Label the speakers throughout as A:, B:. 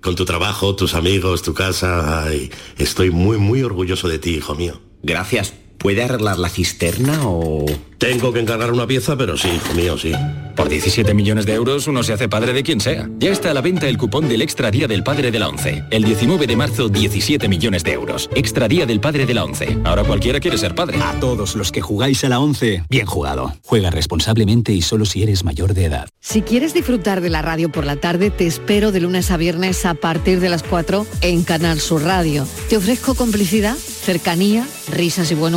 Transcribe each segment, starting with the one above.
A: Con tu trabajo, tus amigos, tu casa. Ay, estoy muy, muy orgulloso de ti, hijo mío.
B: Gracias. ¿Puede arreglar la cisterna o...?
A: Tengo que encargar una pieza, pero sí, hijo mío, sí.
C: Por 17 millones de euros uno se hace padre de quien sea. Ya está a la venta el cupón del Extra Día del Padre de la ONCE. El 19 de marzo, 17 millones de euros. Extra Día del Padre de la ONCE. Ahora cualquiera quiere ser padre.
D: A todos los que jugáis a la ONCE, bien jugado. Juega responsablemente y solo si eres mayor de edad.
E: Si quieres disfrutar de la radio por la tarde, te espero de lunes a viernes a partir de las 4 en Canal Sur Radio. Te ofrezco complicidad, cercanía, risas y buen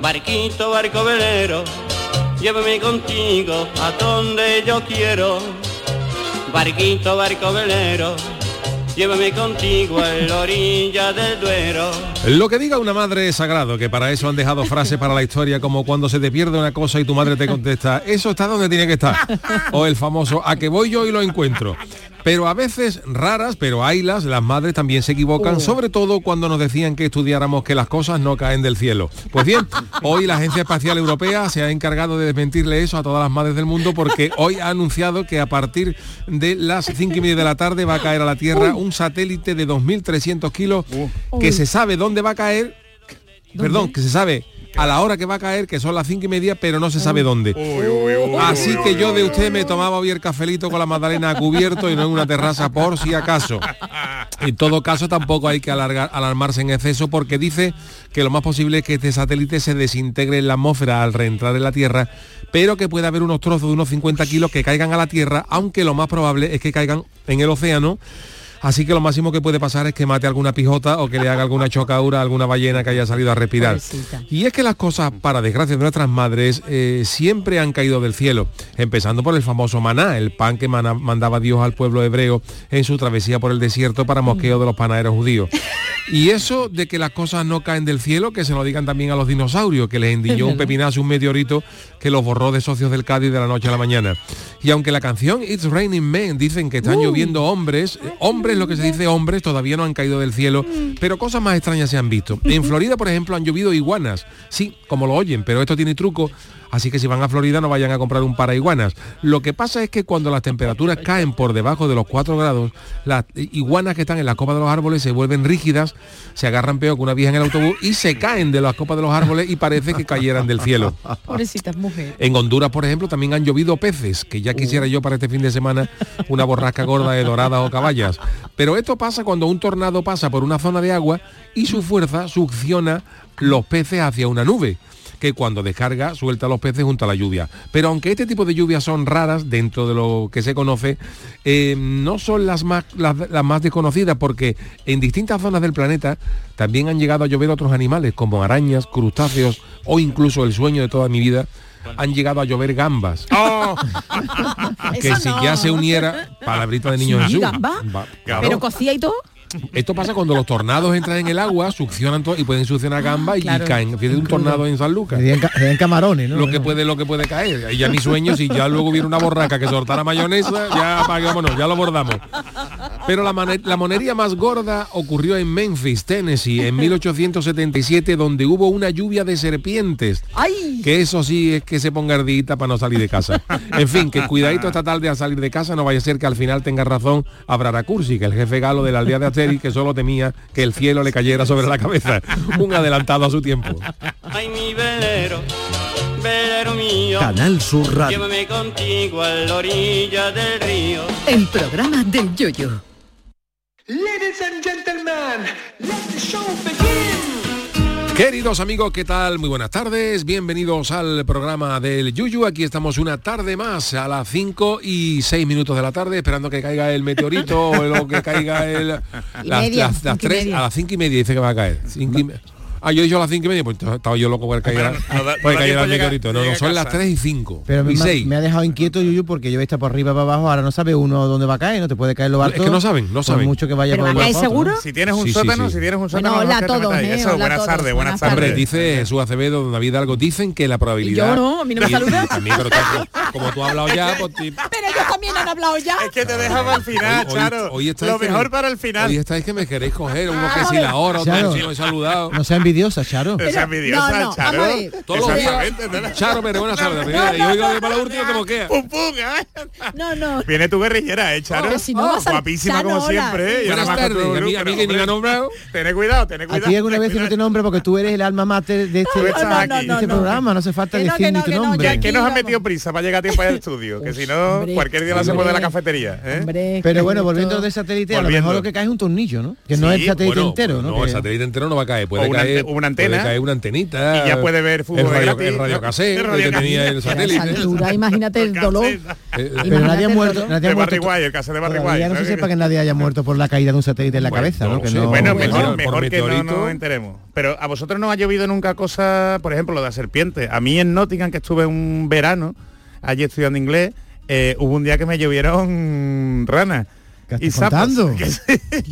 F: Barquito, barco velero, llévame contigo a donde yo quiero. Barquito, barco velero, llévame contigo a la orilla del Duero.
G: Lo que diga una madre es sagrado, que para eso han dejado frases para la historia como cuando se te pierde una cosa y tu madre te contesta, eso está donde tiene que estar. O el famoso, a que voy yo y lo encuentro. Pero a veces raras, pero haylas, las madres también se equivocan, sobre todo cuando nos decían que estudiáramos que las cosas no caen del cielo. Pues bien, hoy la Agencia Espacial Europea se ha encargado de desmentirle eso a todas las madres del mundo porque hoy ha anunciado que a partir de las 5 y media de la tarde va a caer a la Tierra un satélite de 2.300 kilos que se sabe dónde va a caer, perdón, que se sabe a la hora que va a caer, que son las cinco y media, pero no se sabe dónde. Así que yo de usted me tomaba hoy el cafelito con la magdalena a cubierto y no en una terraza por si acaso. En todo caso tampoco hay que alargar, alarmarse en exceso porque dice que lo más posible es que este satélite se desintegre en la atmósfera al reentrar en la Tierra, pero que puede haber unos trozos de unos 50 kilos que caigan a la Tierra, aunque lo más probable es que caigan en el océano. Así que lo máximo que puede pasar es que mate alguna pijota o que le haga alguna chocaura a alguna ballena que haya salido a respirar. Pobrecita. Y es que las cosas, para desgracia de nuestras madres, eh, siempre han caído del cielo, empezando por el famoso maná, el pan que maná, mandaba Dios al pueblo hebreo en su travesía por el desierto para mosqueo de los panaderos judíos. Y eso de que las cosas no caen del cielo, que se lo digan también a los dinosaurios, que les endiñó un pepinazo, un meteorito, que los borró de socios del Cádiz de la noche a la mañana. Y aunque la canción It's Raining Men dicen que están lloviendo hombres, eh, hombres hombres, lo que se dice hombres, todavía no han caído del cielo, pero cosas más extrañas se han visto. En Florida, por ejemplo, han llovido iguanas. Sí, como lo oyen, pero esto tiene truco, así que si van a Florida no vayan a comprar un para iguanas. Lo que pasa es que cuando las temperaturas caen por debajo de los 4 grados, las iguanas que están en la copa de los árboles se vuelven rígidas, se agarran peor que una vieja en el autobús y se caen de las copas de los árboles y parece que cayeran del cielo.
H: Pobrecitas mujeres.
G: En Honduras, por ejemplo, también han llovido peces, que ya quisiera yo para este fin de semana una borrasca gorda de doradas o caballas. Pero esto pasa cuando un tornado pasa por una zona de agua y su fuerza succiona los peces hacia una nube que cuando descarga suelta a los peces junto a la lluvia. Pero aunque este tipo de lluvias son raras dentro de lo que se conoce, eh, no son las más, las, las más desconocidas porque en distintas zonas del planeta también han llegado a llover otros animales como arañas, crustáceos o incluso el sueño de toda mi vida han llegado a llover gambas.
F: Oh.
G: Ah, que
H: Eso
G: si
H: no.
G: ya se uniera, palabrita de niño
H: Sí,
G: Jesús.
H: gamba.
G: Va- claro.
H: Pero cocía y todo.
G: Esto pasa cuando los tornados entran en el agua, succionan todo y pueden succionar gamba y,
H: claro.
G: caen. Fíjate un tornado en San Lucas.
I: Serían, ca- serían camarones, ¿no?
G: Lo que puede, lo que puede caer. Y ya mi sueño, si ya luego hubiera una borraca que soltara mayonesa, ya pagámonos, ya lo bordamos. Pero la, mane- la monería más gorda ocurrió en Memphis, Tennessee, en 1877, donde hubo una lluvia de serpientes.
H: ¡Ay!
G: Que eso sí es que se ponga ardita para no salir de casa. En fin, que cuidadito esta tarde a salir de casa, no vaya a ser que al final tenga razón a Cursi, que el jefe galo de la aldea de Asterix, que solo temía que el cielo le cayera sobre la cabeza. Un adelantado a su tiempo.
F: Ay, mi velero, velero mío.
J: Canal Sur Radio.
F: Llévame contigo a la orilla del río.
K: El programa del yoyo.
F: Ladies and gentlemen,
G: Queridos amigos, ¿qué tal? Muy buenas tardes, bienvenidos al programa del Yuyu. Aquí estamos una tarde más a las 5 y 6 minutos de la tarde, esperando que caiga el meteorito o lo que caiga el...
L: Y
G: las,
L: media,
G: las- las
L: cinco y
G: tres-
L: media.
G: a las 5 y media dice que va a caer. Cinco y me- Ah, yo he dicho a las 5 y media, pues estaba yo loco porque cayera,
M: no da- no
G: porque
M: da
G: cayera
M: tiempo
G: el
M: llegar-
G: meteorito. No, no,
M: llegar a
G: son las
M: casa.
G: 3 y 5.
I: Pero me,
G: y
I: me-
G: 6.
I: me ha dejado inquieto, Yuyu, porque yo está para arriba, para abajo, ahora no sabe uno dónde va a caer, no te puede caer lo
G: Es
I: barco.
G: que no saben, no saben.
I: Por mucho que vaya
G: ¿Pero
I: por
G: va a
I: una
G: caer
I: foto, ¿no?
G: seguro?
M: Si tienes un
G: Sí, sí,
M: sótano,
G: sí.
M: si tienes un sótano...
H: Bueno, hola
M: no te
H: a
M: metas
H: todos,
M: ahí.
H: ¿eh?
M: Eso,
H: Hola a
M: buenas
H: todos,
M: tardes, buenas
H: buenas
M: tardes.
G: Hombre, dice Jesús Acevedo, don David Algo, dicen que la probabilidad...
H: Yo no, a mí no me
G: Y-
H: saluda.
G: a mí, pero tú- como tú has hablado ya, pues... ti-
H: Pero ellos también han hablado ya.
M: Es que te dejaba al final,
G: Hoy- hoy-
M: Charo.
G: hoy estáis
M: Lo
G: que
M: mejor
G: me-
M: para el final.
G: Hoy estáis que me queréis coger, uno que si la hora, otro
I: Charo.
G: que si no he saludado.
I: No sea envidiosa, Charo.
M: Esa es envidiosa,
G: no, no,
M: Charo.
G: vamos a ver. Todos los días. Charo, pero buenas tardes. primera, Y oigo de para la última, te moquea.
M: Pum, pum, ay.
H: No, no.
M: Viene tu guerrillera, ¿eh, Charo?
H: Pero si no vas al-
M: Guapísima
H: Charo,
M: como
H: hola.
M: siempre, ¿eh? Y ahora
G: Buenas
M: va con tu
G: tardes,
M: grupo,
G: amiga,
M: pero,
G: amiga, ni me ha
M: hombre,
G: nombrado.
M: Tené cuidado, tené
I: A
M: cuidado.
I: ti alguna vez yo no te nombro porque tú eres el alma mater de este,
M: Tú estás
I: de este
M: aquí. No, no, no,
I: programa, no hace falta
M: Que no,
I: decir
M: que
I: ni
M: no,
I: tu
M: que no,
I: nombre.
M: ya que nos ha metido prisa para llegar a tiempo al estudio, que si no, cualquier día lo hacemos de la cafetería. ¿eh?
I: Pero bueno, volviendo
H: Eh,
I: de satélite, a lo
G: Volviendo.
I: mejor lo que cae es un tornillo, ¿no? Que no es el
G: Sí,
I: satélite
G: bueno,
I: entero, ¿no?
G: No, el
I: Que-
G: satélite entero no va a caer. Puede
M: O una
G: caer
M: ante- una antena.
G: Puede caer una antenita.
M: Y ya puede ver fútbol
G: El radio,
M: gratis,
G: el radio
M: ¿no?
G: cassette,
M: El
G: el
M: radio
G: que tenía
M: cassette.
G: el
E: A esa
G: satélite.
E: altura, imagínate el dolor.
I: Pero nadie
E: Imagínate
I: ha muerto, nadie ha
E: el
I: muerto.
E: dolor.
M: Guay, el caso de Barry
I: Todavía
M: White.
I: no se sepa que nadie haya muerto por la caída de un satélite en la cabeza, ¿no? Que no-
M: Bueno, mejor, mejor que no nos enteremos. Pero a vosotros no os ha llovido nunca cosa, por ejemplo, lo de la serpiente. A mí en Nottingham, que estuve un verano allí estudiando inglés, eh, hubo un día que me llovieron ranas. Y
I: estás
M: sapos.
I: contando?
M: Que sí.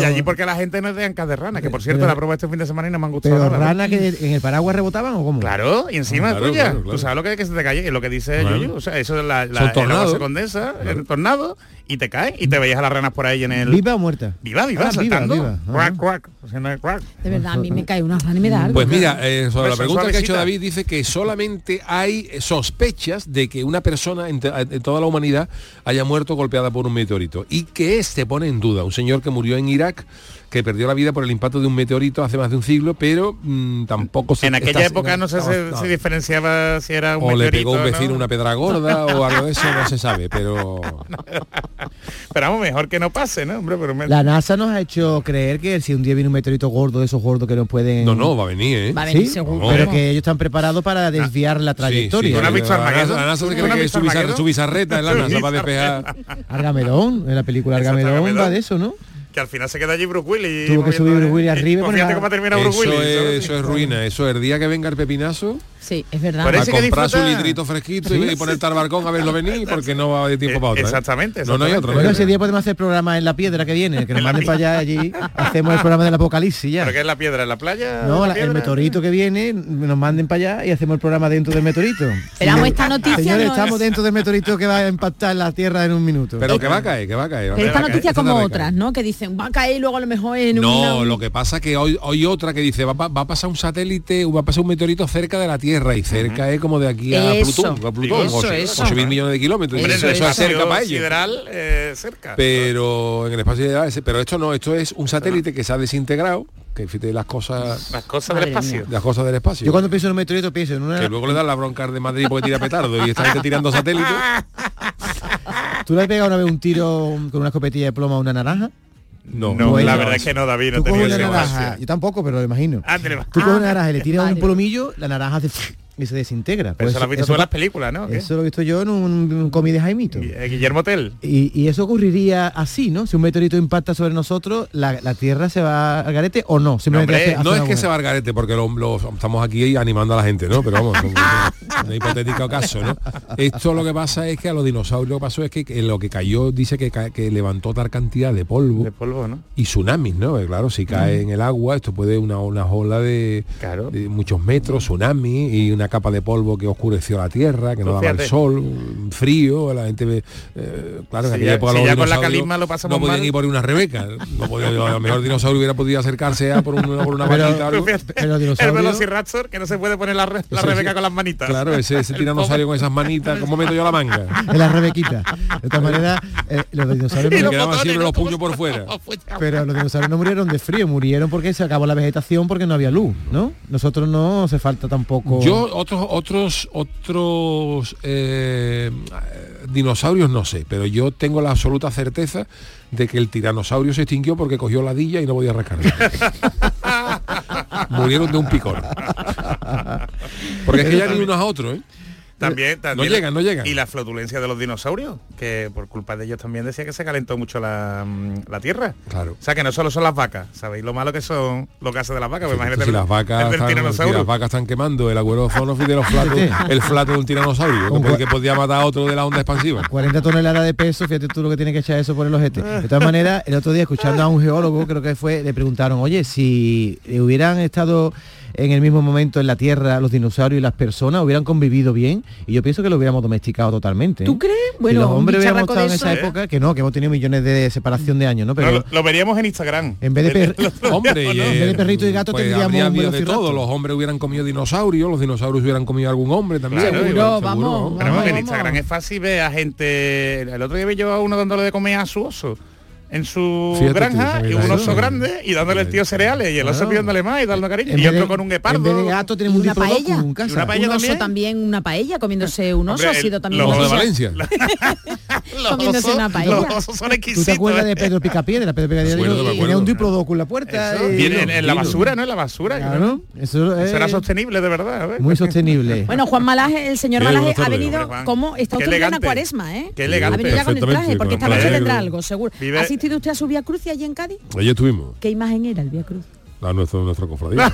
M: y allí porque la gente no es de ancas de rana, que por cierto
I: pero-
M: la probé este fin de semana y no me han gustado.
I: Pero
M: nada.
I: rana que en el paraguas rebotaban o cómo?
M: Claro, y encima
I: Claro,
M: tuya.
I: claro, claro.
M: Tú sabes lo que, es que se te cae, es lo que dice
I: Claro.
M: Yuyu. O sea, eso es la, la-
I: Son
M: el agua
I: tornados.
M: se condensa, el tornado, y te caen y te veías a las ranas por ahí en el.
I: ¿Viva o muerta?
M: Viva, viva,
I: Ah, viva,
M: saltando.
I: viva.
M: Cuac, cuac, haciendo cuac.
H: De verdad, a mí me cae una fan y me da algo.
G: Pues mira, eh, sobre la
M: Pues son
G: pregunta que ha hecho
M: suavecitas.
G: David, dice que solamente hay eh, sospechas de que una persona en, te- en toda la humanidad haya muerto golpeada por un meteorito y que este pone en duda un señor que murió en Irak que perdió la vida por el impacto de un meteorito hace más de un siglo, pero mm, tampoco se
M: En aquella
G: está-
M: época no sé si si diferenciaba si era un
G: o le
M: meteorito
G: pegó un
M: ¿no?
G: vecino una pedra gorda o algo de eso, no se sabe, pero
M: Pero vamos, mejor que no pase, ¿no? Hombre, pero me-
I: La NASA nos ha hecho creer que si un día viene un meteorito gordo de esos gordos que no pueden...
G: no, no, va a venir, ¿eh?
I: Va a venir
G: Vamos.
I: Pero que ellos están preparados
M: Ah,
I: para desviar la trayectoria.
G: Sí, sí, eh, la, NASA, la NASA se cree que su, bizar- su bizarreta es la NASA va a despejar.
I: Argamelón, en la película Argamelón va de eso, ¿no?
M: que al final se queda allí Bruce Willis.
I: Tuvo que subir Bruce Willis arriba
M: pues
I: y
M: fíjate
I: poner-
M: cómo ha terminado
G: eso
M: Bruce Willis.
G: es,
M: ¿sabes?
G: eso es ruina, eso el día que venga el pepinazo
H: Sí, es verdad.
G: Para comprar su litrito fresquito y- y ponerte al balcón a verlo venir porque no va de tiempo para otro. ¿eh?
M: Exactamente.
G: No, no hay otro. no hay
I: Bueno,
G: otro.
I: ese día podemos hacer programa en la piedra que viene, que nos manden para allá allí, hacemos el programa del apocalipsis ya.
M: ¿Pero qué es la piedra? ¿En la playa?
I: No,
M: ¿La
I: la- el
M: piedra?
I: meteorito que viene, nos manden para allá y hacemos el programa dentro del meteorito.
H: Esperamos esta noticia.
I: Señores,
H: no es-
I: estamos dentro del meteorito que va a impactar la Tierra en un minuto.
G: Pero que va a caer, que va a caer.
H: Pero
G: Va
H: esta
G: a caer,
H: noticia
G: esta
H: como
G: tarde
H: otras, ¿no? Que dicen, va a caer y luego a lo mejor en
G: No,
H: una-
G: lo que pasa que hoy hoy otra que dice va, va- va a pasar un satélite, va a pasar un meteorito cerca de la Tierra y cerca es como de aquí a
H: Eso.
G: Plutón, a Plutón,
M: Eso,
G: o se-
M: eso.
G: o se mil millones de kilómetros.
M: Hombre,
G: Entonces,
M: en el
G: eso es
M: espacio
G: cerca para ellos.
M: sideral, eh, cerca.
G: Pero en el espacio sideral, ese- pero esto no, esto es un satélite que se ha desintegrado, que fíjate las cosas
M: Las cosas del espacio.
G: Las cosas del espacio.
I: Yo cuando pienso en un meteorito pienso en una...
G: que luego le dan la bronca al de Madrid porque tira petardo y esta gente tirando satélites.
I: ¿Tú le has pegado una vez un tiro con una escopetilla de plomo a una naranja?
G: No,
M: No,
I: Bueno,
M: la verdad es que no, David, no
I: Tú coges
M: tenía
I: una
M: ese
I: naranja,
M: espacio.
I: yo tampoco, pero lo imagino.
M: Ah, te lo-
I: Tú coges una
M: Ah,
I: naranja y le tiras
M: vale.
I: un plumillo, la naranja hace y se desintegra.
M: Pero
I: Pues
M: eso lo has visto tú en
I: pa-
M: las películas, ¿no? ¿Qué?
I: Eso lo he visto yo en un, un cómic de Jaimito.
M: Eh, Guillermo Tell.
I: Y, y eso ocurriría así, ¿no? Si un meteorito impacta sobre nosotros, la, la Tierra se va al garete o no.
G: No,
I: Simplemente hace- hace
G: es
I: una
G: que se
I: agujera.
G: va al garete porque lo, lo- estamos aquí animando a la gente, ¿no? Pero vamos, un, un hipotético caso, ¿no? Esto lo que pasa es que a los dinosaurios lo que pasó es que eh, lo que cayó dice que, ca- que levantó tal cantidad de polvo.
M: De polvo, ¿no?
G: Y tsunamis, ¿no? Eh, Claro, si cae en el agua, esto puede una, una ola de, de muchos metros, tsunami y una capa de polvo que oscureció la tierra, que no
M: Pues
G: daba el
M: fíjate.
G: sol, un frío, la gente... ve- eh, claro, en
M: Si
G: aquella
M: ya-
G: época
M: si
G: los
M: ya con la
G: dinosaurios
M: calisma lo pasamos
G: No podían
M: mal.
G: ir por una Rebeca. No podía- a lo mejor el dinosaurio hubiera podido acercarse a por una, por una
M: Pero-
G: vaquita o algo.
I: Pero
M: El Velociraptor que no se puede poner la, re- la Rebeca con las manitas.
G: Claro, ese, ese tiranosaurio con esas manitas, ¿cómo meto yo la manga?
I: Es la rebequita. De todas maneras, eh, los dinosaurios...
G: Me
I: no-
G: quedaban siempre los puños por fuera.
M: pues.
I: Pero los dinosaurios no murieron de frío, murieron porque se acabó la vegetación porque no había luz, ¿no? Nosotros no hace falta tampoco.
G: Yo otros otros otros eh, dinosaurios no sé, pero yo tengo la absoluta certeza de que el tiranosaurio se extinguió porque cogió la dilla y no podía rascarla. Murieron de un picor. Porque es que ya ni unos a otros, ¿eh?
M: También, también.
G: No llegan, no llegan.
M: Y la flotulencia de los dinosaurios, que por culpa de ellos también decía que se calentó mucho la, mm, la tierra.
G: Claro.
M: O sea, que no solo son las vacas, ¿sabéis lo malo que son los gases de las vacas? Pues imagínate
G: Si
M: el-
G: las vacas,
M: el del
G: están, si
M: tiranosaurio.
G: las vacas están quemando el agüero zonofi de los flatos, el flato de un tiranosaurio, que, pod- que podía matar a otro de la onda expansiva.
I: 40 toneladas de peso, fíjate tú lo que tiene que echar eso por el ojete. De todas maneras, el otro día escuchando a un geólogo, creo que fue, le preguntaron, oye, si eh, hubieran estado en el mismo momento en la Tierra los dinosaurios y las personas, hubieran convivido bien, y yo pienso que lo hubiéramos domesticado totalmente. ¿Tú crees?
H: Bueno,
I: los
H: un
I: hombres hubiéramos
H: bicharraco
I: estado en
H: de
I: esa
H: eso, ¿eh?
I: época, que no, que hemos tenido millones de separación de años, ¿no? Pero
M: No, lo, lo veríamos en Instagram.
I: en vez de, per-
G: Hombre, y,
I: en vez de
G: eh,
I: perrito y gato
G: pues
I: tendríamos
G: habría
I: un
G: habido de
I: velociraptor.
G: todo. Los hombres hubieran comido dinosaurios, los dinosaurios hubieran comido algún hombre también.
M: Claro,
G: seguro,
M: vamos,
G: seguro, ¿no?
M: Pero vamos, que en Instagram es fácil ver a gente. El otro día vi yo a uno dándole de comer a su oso en su
G: Fíjate tú,
M: granja
G: Javier,
M: y un
G: eso,
M: oso
G: eh.
M: grande y dándole el tío cereales y el oso
G: Claro.
M: pidiéndole más y dándole cariño.
I: En
M: Y
I: vez de-
M: otro con un guepardo.
I: En vez de gato tenemos un
H: una
I: diplodocus
H: paella.
I: en casa.
M: una paella
H: un oso
M: también.
H: también, una paella, comiéndose un oso
M: Hombre,
H: ha sido
M: el-
H: también
M: los
H: una
M: de
H: cosa.
M: Valencia.
H: comiéndose una paella.
M: Los osos son
I: ¿Tú te
M: exquisitos.
I: acuerdas de Pedro Picapiedra? Pedro Picapiedra
M: acuerdo,
I: tenía
M: me acuerdo.
I: un diplodocus en la puerta. eh,
M: Viene en, en la
I: Dino.
M: basura, ¿no? En la basura.
I: Claro, eso es
M: Eso era sostenible, de verdad. a ver.
I: muy sostenible.
H: Bueno, Juan Malaje, el señor
I: Qué
H: Malaje
I: buenas
H: ha
I: tardes.
H: venido
I: Hombre, Juan.
H: como está
I: Qué
H: usted ya en la
I: elegante.
H: cuarenta, ¿eh?
M: Qué elegante.
H: Ha venido ya con el
G: Perfectamente,
H: traje, porque esta
G: con
H: noche
G: traje.
H: tendrá algo, seguro.
G: Vive-
H: ¿Ha asistido usted a su Vía Cruz y allí en Cádiz?
G: Ayer estuvimos
H: ¿Qué imagen era el Vía Cruz?
G: a nuestro, nuestra cofradía.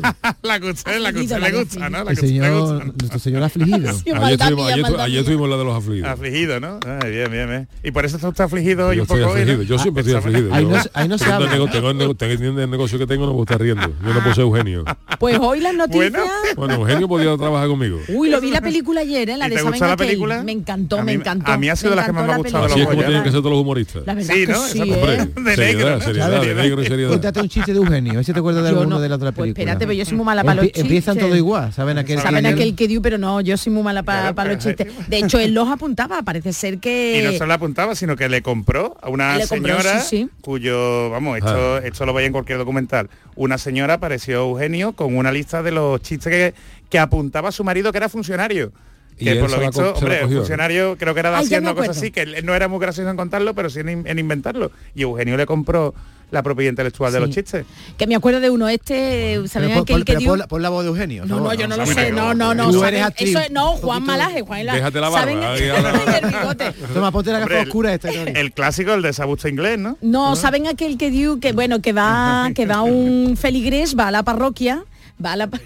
M: La cuchara, la
H: Afligido,
M: cuchara
H: la
M: le gusta, Ah, ¿no? La
I: El
M: cuchara le gusta.
I: señor, nuestro señor afligido.
G: ayer estuvimos, ayer tu- ayer estuvimos la de los afligidos.
M: Afligido, ¿no? Ay, bien, bien, bien. Y por eso está usted afligido hoy
G: Yo
M: un
G: estoy
M: poco hoy, ¿no? Ah,
G: afligido, yo siempre estoy afligido.
I: Ahí
G: yo-
I: no se- ahí no se
G: teniendo
I: habla.
G: nego- tengo el nego- teniendo el negocio que tengo no me gusta riendo. Yo no poseo Eugenio.
H: Pues hoy las noticias...
G: Bueno, Eugenio podía trabajar conmigo.
H: Uy, lo vi la película ayer, ¿eh? La
M: ¿Y
H: de
M: te
H: Saben
M: gustó la
H: Aquel.
M: película?
H: Me encantó, me encantó.
M: a mí ha sido de las que más me ha
H: encantó
M: gustado
H: la
M: de los
G: Así es como
M: Goya.
G: tienen que ser todos los humoristas.
H: La verdad
M: Sí,
H: que
I: Pues
M: ¿no?
H: sí,
M: Esa- De
H: ¿eh?
M: negro,
G: seriedad,
M: ¿no?
G: seriedad, de negro y seriedad.
I: Cuéntate un chiste de Eugenio, a ver si te acuerdas de
H: Yo
I: alguno
H: no.
I: de la otra
H: Pues
I: película.
H: espérate, pero yo soy muy mala para los
I: Empie- Empiezan
H: chistes.
I: todo igual, saben aquel
H: Saben
I: que-
H: aquel que dio, pero no, yo soy muy mala para los chistes. De hecho, él los apuntaba, parece ser que...
M: Y no solo apuntaba, sino que le compró a una
H: Le compró,
M: señora
H: sí, sí.
M: cuyo,
G: Ah.
M: vamos, esto, esto lo veía en cualquier documental. Una señora apareció Eugenio con una lista de los chistes que, que apuntaba a su marido que era funcionario.
G: Y
M: Que
G: él
M: por
G: se
M: lo
G: la co-
M: visto,
G: se la
M: hombre,
G: cogió, ¿no?
M: funcionario creo que era de
H: Ah, ya
M: haciendo
H: me acuerdo.
M: cosas así, que él no era muy gracioso en contarlo, pero sí en, en inventarlo. Y Eugenio le compró la propiedad intelectual de
H: Sí.
M: los chistes.
H: Que me acuerdo de uno, este,
I: Pero
H: ¿saben
I: pon-
H: aquel
I: pon-
H: que
I: pero
H: dio?
I: pon la- pon la voz de Eugenio.
H: No, no, yo no lo
I: Saben
H: sé,
I: aquel.
H: no, no, no.
I: Tú
H: ¿saben?
I: eres actriz.
H: Eso es, no, Juan Malaje, Juan Malaje.
M: Déjate la barba,
H: ¿saben?
M: ahí, ahora.
H: El bigote.
I: Toma, ponte la
M: Hombre,
I: gafa
M: el-
I: oscura esta. Gloria.
M: El clásico, el de Sabusta Inglés, ¿no?
H: No, ¿saben aquel que dio que bueno, que va, que va un feligrés, va a la parroquia, va a la pa-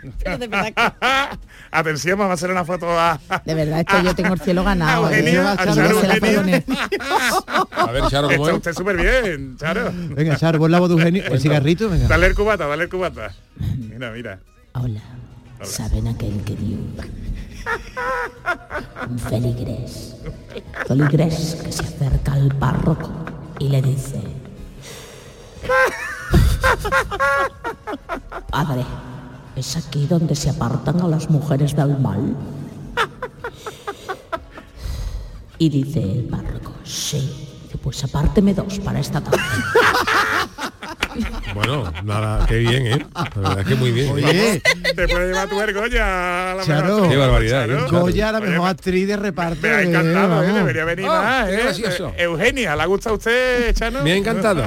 H: Pero de verdad
M: Atención, vamos a hacer una foto a...
H: De verdad, es
N: Ah,
H: que yo tengo el cielo ganado. ¿eh?
M: Eugenia, a
H: Yo
M: Charo,
H: se la
M: Eugenia.
H: perdoné.
G: A ver, Charo, ¿cómo
M: Está
G: es?
M: usted súper bien, Charo.
I: Venga, Charo, pon la voz de Eugenio. El cigarrito, venga.
M: Dale el cubata, dale el cubata. Mira, mira.
L: ¿Saben aquel que dio un feligrés? Feligrés que se acerca al párroco y le dice, padre, ¿es aquí donde se apartan a las mujeres del mal? Y dice el párroco, sí, Dice, pues apárteme dos para esta tarde.
G: Bueno, nada, qué bien, ¿eh? La verdad es que muy bien.
I: Oye.
M: Te puede llevar tu Goya a la
I: Charo.
G: Qué barbaridad, ¿eh?
I: Goya, la mejor actriz de reparto.
M: Me ha
I: de-
M: encantado, ¿eh?
I: vamos.
M: debería venir
I: Ah,
M: más.
I: qué
M: ¿eh?
I: gracioso.
M: Eugenia, ¿le gusta a usted, Chano?
G: Me ha encantado.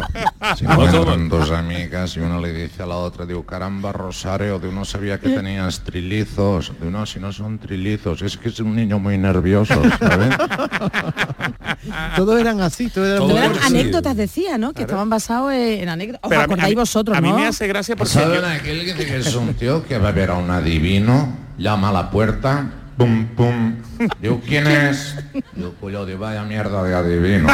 N: Se encuentran dos amigas y una le dice a la otra, digo, caramba, Rosario, de uno sabía que tenías trilizos, de uno si no son trilizos, es que es un niño muy nervioso, ¿sabes?
I: Todos eran así, todos eran
H: Pero
I: muy
H: eran
I: parecidos.
H: anécdotas decía, ¿no? Que estaban basados en anécdotas. Os
N: Pero a mí- a
H: acordáis
N: mí-
H: vosotros,
N: a
H: ¿no?
N: mí me
M: hace gracia
N: porque ¿Saben yo- aquel que que es un tío que va a ver a un adivino, llama a la puerta, pum, pum. Digo, ¿quién es? Pues Digo, cuyo de vaya mierda de adivino.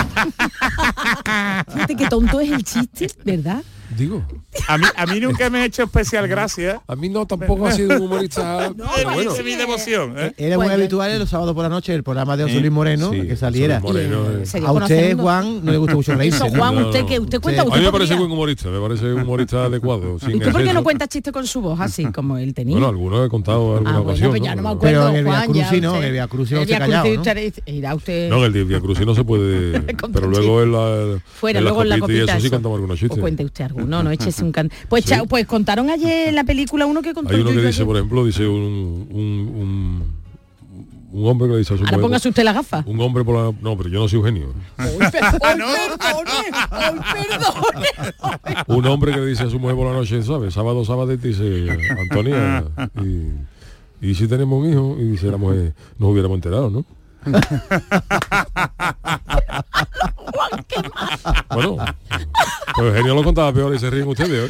H: Fíjate que tonto es el chiste, ¿verdad?
G: Digo.
M: A mí, a mí nunca me ha hecho especial gracia.
G: A mí no, tampoco ha sido un humorista.
M: No, es mi devoción. ¿eh?
I: Era muy habitual los sábados por la noche el programa de José Luis Moreno, que saliera.
G: Moreno, eh.
I: a usted, Juan, no le gusta mucho reírse.
H: Eso,
I: ¿no?
H: Juan, usted que usted cuenta
G: A
H: usted
G: mí me
H: por
G: parece
H: día.
G: buen humorista, me parece un humorista adecuado. sin
H: ¿Y tú por qué
G: exceso.
H: no cuentas chistes con su voz así como él tenía?
G: Bueno, alguno he contado en alguna
H: Ah, bueno,
G: ocasión.
H: pues ya no me acuerdo,
I: Pero en el
H: Juan,
I: Via
H: ya
I: Crucis no,
H: usted-
I: en el Via Crucis no
H: El
I: se
H: Via
I: callado,
H: Crucis
I: ¿no?
H: usted dice, irá usted
G: No, en el de Via Crucis no se puede. pero luego en la,
H: fuera,
G: en la
H: luego en la
G: copita
H: copita.
G: y eso sí
H: eso.
G: contamos algunos
H: O
G: chistes.
H: cuente usted alguno, no échese un can... Pues, chao, pues contaron ayer en la película uno que contó
G: Hay uno
H: yo-
G: que
H: yo
G: dice,
H: ayer.
G: por ejemplo, dice un, un, un- un hombre que le dice a su
H: Ahora
G: mujer,
H: póngase usted la gafa.
G: un hombre por la... No, pero yo no soy Eugenio.
N: Ah,
G: un hombre que le dice a su mujer por la noche, ¿sabes? Sábado, sábado, y dice, Antonia, y, y si tenemos un hijo, y dice la mujer, nos hubiéramos enterado, ¿no? bueno, pues Eugenio lo contaba peor y se ríen ustedes.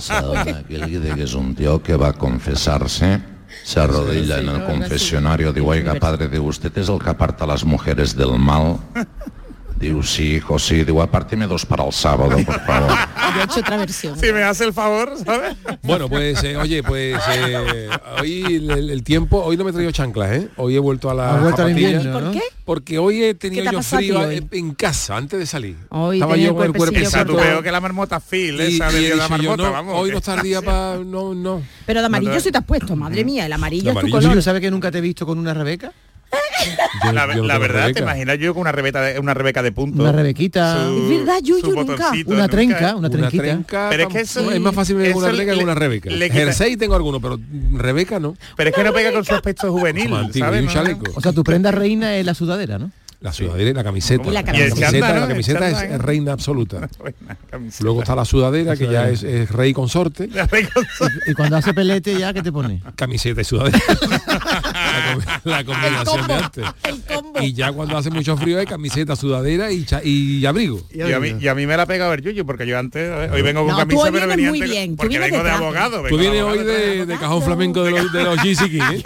N: ¿Saben aquel que dice que es un tío que va a confesarse? Se arrodilla en el confesionario, digo, oiga, padre, de usted es el que aparta a las mujeres del mal. Digo, sí, hijo, sí. Digo, apárteme dos para el sábado, por favor.
H: Yo he hecho otra versión.
M: Si me hace el favor, ¿sabes?
G: Bueno, pues, eh, oye, pues eh, hoy el, el- el tiempo, hoy no me he traído chanclas, ¿eh? Hoy he vuelto a la
I: Ha vuelto al
G: zapatilla.
I: invierno, ¿Por ¿no? qué?
G: Porque hoy he
M: ¿Qué te
G: tenido
M: ha
G: yo
M: pasado a ti
G: frío
M: hoy?
G: en, en casa antes de salir.
M: Hoy
G: Estaba
M: tenía
G: yo con el
M: el cuerpecillo
G: cuerpecito.
M: corto. Esa tupeo que la marmota Phil, esa
G: he dicho
M: de la
G: yo,
M: marmota,
G: no,
M: vamos,
G: Hoy
M: que-
G: no es tardía para... No, no.
H: Pero de amarillo
G: No, no.
H: sí te has puesto, madre mía, el amarillo es tu
G: amarillo
H: color.
G: sí.
I: ¿Sabes que nunca te he visto con una Rebeca?
M: la
I: yo no
M: la
I: tengo
M: verdad,
I: Rebeca.
M: ¿te imaginas yo con una rebeca de, una rebeca de punto?
I: Una Rebequita.
M: Su-
I: Es verdad, yo-
M: su
I: yo nunca.
M: botoncito,
I: Una
M: nunca.
I: trenca, una Una trenquita.
G: Trenca,
M: Pero es que eso...
G: es más fácil ver
M: eso
G: una Rebeca que
M: le-
G: una Rebeca.
M: le quita-
G: Jersey tengo alguno, pero Rebeca no.
M: Pero es que no pega con su aspecto juvenil,
G: Como antiguo,
M: ¿sabes?
G: y un
M: No-
G: chaleco.
I: O sea, tu prenda reina es la sudadera, ¿no?
G: La sudadera y la camiseta.
I: Y la
G: la
I: camiseta.
G: camiseta,
I: Y el chándal,
G: la
I: ¿no? El
G: camiseta es
M: ¿eh?
I: chándal.
G: reina absoluta. Luego está la sudadera, que ya es, es rey consorte.
I: Y cuando hace pelete ya, ¿qué te pone?
G: Camiseta y sudadera. la, com- la combinación de antes. Y ya cuando hace mucho frío hay camiseta, sudadera y, cha- y abrigo.
M: Y a, mí, y a mí me la pega a ver Yuyu, porque yo antes, hoy vengo con
G: No, tú
M: camisa,
G: hoy
M: pero
G: vienes
M: venía
G: muy
M: antes-
G: bien, tú
M: porque
G: vienes
M: vengo
G: de
M: de
G: traje.
M: abogado.
G: Tú
M: vengo de
G: vienes
M: abogado.
G: hoy de, de cajón flamenco de los, de los GC King, ¿eh?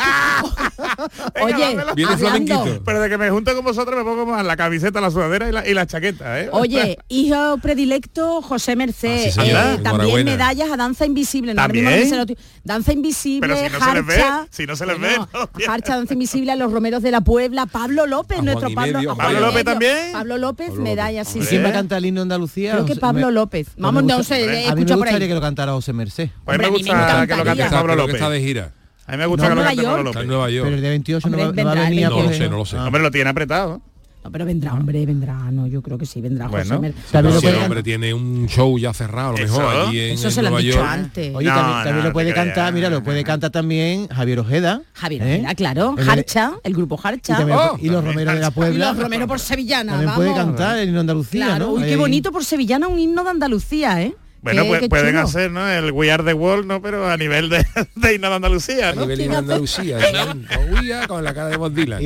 H: Oye,
G: Viene flamenquito.
M: Pero de que me junto con vosotros me pongo más la camiseta, la sudadera y la, y la chaqueta, ¿eh?
H: Oye, hijo predilecto José Merced,
M: Ah, sí, señora.
H: eh, también
M: Enhorabuena.
H: medallas a danza invisible, no, ahora mismo
M: ¿También?
H: no se lo estoy- danza invisible,
M: Pero si no se les ve, Oh,
H: Jarcha,
M: si no se les ve.
H: Bueno, Jarcha, Danza Invisible, a los Romeros de la Puebla, Pablo López, nuestro
I: y
H: Pablo.
I: medio,
H: a
I: Juan y medio.
H: Pablo López, medalla, sí,
I: ¿Y
H: sí.
I: ¿Quién va a cantar el himno de Andalucía?
H: Creo que
I: José-
H: Pablo
I: me-
H: López.
I: Pues
H: Vamos,
I: me
H: no
I: gusta-
H: sé,
I: A mí me
H: escucho por
I: gustaría
H: ahí.
I: que lo cantara José Merced.
M: A mí pues me gusta que lo cante Pablo López.
G: está de gira.
M: A mí me
G: No,
M: gusta que lo
G: Nueva
M: cante Pablo
G: York.
M: López.
G: Está en Nueva York. Pero el
I: día 28
H: no va- Hombre, no va a vendrá el venir a
G: No lo
H: 28.
G: sé, no lo sé.
M: Hombre, lo tiene apretado.
H: No, pero vendrá, hombre, vendrá. No, yo creo que sí, vendrá Ah, José
G: Bueno,
H: Merced.
G: pero si el hombre tiene un show ya cerrado, a lo mejor
M: Eso.
G: allí en,
H: Eso
G: en
H: se lo han
G: Nueva
H: dicho
G: York.
H: antes.
I: Oye,
G: No,
I: también, también
G: no,
I: lo
G: no
I: puede
G: te creas.
I: cantar, mira, lo puede cantar también Javier Ojeda.
H: Javier
I: ¿eh?
H: Ojeda, claro.
I: En el-
H: Jarcha, el grupo
I: Y,
H: Jarcha.
M: Oh.
I: también- y los Romeros de la
H: Y
I: Puebla.
H: los Romero por Sevillana,
I: También
H: vamos.
I: puede cantar el himno de Andalucía,
H: Claro,
I: ¿no?
H: uy, qué
I: Ahí.
H: bonito por Sevillana un himno de Andalucía, ¿eh?
M: Bueno,
H: Qué-
M: pues,
H: qué
M: pueden
H: chulo.
M: hacer, ¿no? El We Are the World, ¿no? Pero a nivel de, de Himno de Andalucía, ¿no?
G: nivel de Andalucía, con Uya, con la cara de Bob Dylan.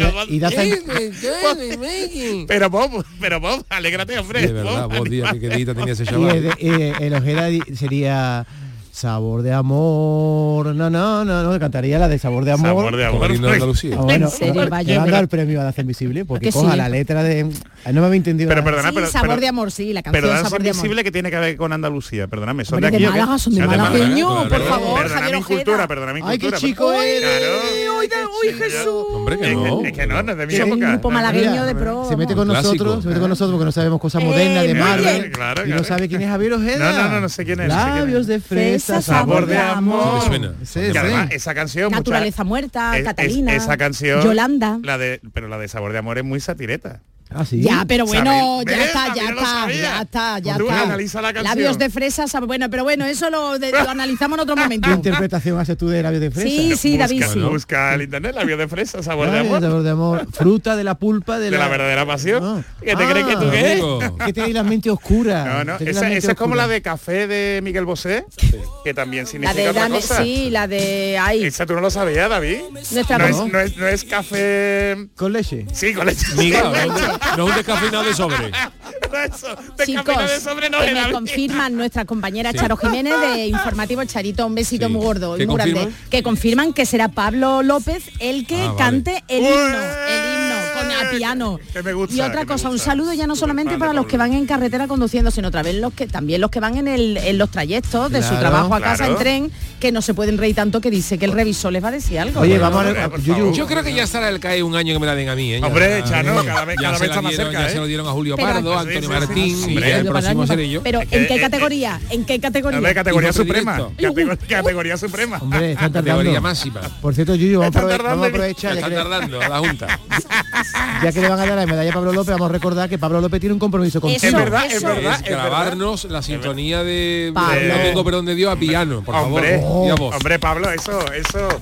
M: Pero Bob, pero Bob, alégrate, hombre.
G: De verdad,
M: Bob.
G: vos días, qué quedita tenía ese
I: Y
G: chaval.
I: el, de- eh, el Ojeda di- sería Sabor de amor, no, no, no, no, cantaría la de Sabor de amor.
M: Sabor de amor. Himno de Andalucía.
I: Ah, bueno,
M: En serio,
I: le
M: vaya,
I: van a
M: pero-
I: dar el premio a Hacer Invisible porque
H: Que
I: coja
H: sí.
I: la letra de... Ah, No me había entendido.
M: Pero
I: nada.
M: perdona, pero,
H: sabor
M: pero-
H: de amor, sí, la
M: pero
H: canción
M: Danza
H: Sabor de amor.
M: Invisible que tiene que ver con Andalucía, perdóname, son
H: Hombre,
M: de
H: de
M: aquí. ¿o qué?
H: Málaga, son de
M: Ah,
H: Málaga, coño,
M: claro.
H: por favor,
M: Perdóname
H: Javier
M: mi cultura, perdóname mi
H: Ay, qué
M: cultura.
H: chico
M: Claro.
H: Uy, Jesús.
G: Hombre, que no.
M: Es que no, no es de mi
H: Soy un
M: época.
H: grupo malagueño de pro.
I: Se mete con
G: Clásico.
I: nosotros, se mete con nosotros porque no sabemos cosas
H: Eh,
I: modernas de
H: muy
I: Marvel.
H: bien.
M: Claro,
I: y
M: claro.
I: no sabe quién es Javier Ojeda.
M: No, no, no, no sé quién es, no sé quién es.
I: Labios de fresa, sabor de amor. Sí,
M: Que
I: sí.
M: además, esa canción... muchas-
H: Naturaleza muerta,
M: es- es-
H: Catalina.
M: esa canción...
H: Yolanda.
M: La de, pero la de Sabor de Amor es muy satireta.
I: Ah, sí.
H: Ya, pero bueno,
M: Sabéis-
H: ya
M: ¿Ves?
H: está, ya
M: También lo
H: está,
M: sabía. Pues
H: ya está, ya
M: Tú
H: está.
M: analiza la canción.
H: Labios de fresa, sabe- bueno, pero bueno, eso lo, de- lo analizamos en otro momento.
I: ¿Qué interpretación haces tú de labios de fresa?
H: Sí, sí,
M: busca,
H: David, sí.
M: Busca el internet, labios de fresa, Sabor de
I: Labios
M: Amor.
I: de sabor de amor. Fruta de la Ah. pulpa de,
M: De la verdadera pasión. ¿Qué te crees que tú qué
I: eres?
M: eres?
I: Que tenéis la mente oscura.
M: No, no,
I: tenéis
M: esa,
I: la mente
M: esa es como
I: oscura.
M: la de café de Miguel Bosé, que también significa
H: La de
M: otra
H: dame,
M: cosa.
H: sí, la de ahí.
M: Esa tú no lo sabías, David.
H: Nuestra
M: no,
H: voz.
M: es, no, es, no es café...
I: Con leche.
M: Sí, con leche.
G: Miguel,
M: Sí,
G: no, no es un descafeinado de sobre.
M: Eso, de
H: Chicos,
M: café de sobre no
H: que
M: es,
H: me
M: David.
H: confirman nuestra compañera
G: Sí.
H: Charo Jiménez de Informativo Charito, un besito
G: Sí.
H: muy gordo y
G: ¿Qué
H: muy grande,
G: confirman?
H: que confirman que será Pablo López el que
G: Ah, vale.
H: cante el himno, el himno con a piano.
M: Que me gusta.
H: Y otra
M: que me
H: cosa, un
M: gusta.
H: saludo ya no solamente para los que van en carretera conduciendo, sino otra vez los que también los que van en, el, en los trayectos de su
I: Claro,
H: trabajo a casa
I: claro.
H: en tren, que no se pueden reír tanto que dice que el revisor les va a decir algo.
I: Oye, vamos a... a- Yuyu,
G: Yo creo que ya estará el CAE un año que me la den a mí. ¿eh? Ya
M: Hombre,
G: está,
M: Chano,
G: ¿eh?
M: cada vez-
G: Ya
M: cada
G: se
M: vez
G: la
M: está más
G: dieron,
M: cerca,
G: Ya
M: ¿eh?
G: se lo dieron a Julio
H: Pero-
G: Pardo, a
H: Sí,
G: Antonio
H: sí, sí,
G: Martín,
H: sí,
G: y
H: sí,
G: ya el
H: pero
G: próximo
H: para-
G: seré yo.
H: Pero
M: que-
H: ¿en qué
M: eh,
H: categoría? ¿En qué categoría?
M: No, de categoría
G: Hijo de
M: suprema.
G: directo.
M: Catego- Categoría suprema.
I: Hombre, están
G: Categoría
I: tardando.
G: máxima.
I: Por cierto, Yuyu, vamos a
M: Están
I: aprove-
M: tardando
I: vamos a
M: en-
I: aprovechar ya
G: Están
I: que, le,
G: tardando a la Junta.
I: ya que le van a dar la medalla a Pablo López, vamos a recordar que Pablo López tiene un compromiso con
H: Eso,
I: Chile.
H: Es verdad, es
G: Es
H: verdad,
M: es
G: grabarnos la sintonía de
H: Pablo.
G: de Domingo Perón de Dios a piano, por favor.
M: Hombre,
G: Y a voz.
M: hombre, Pablo, eso, eso. eso-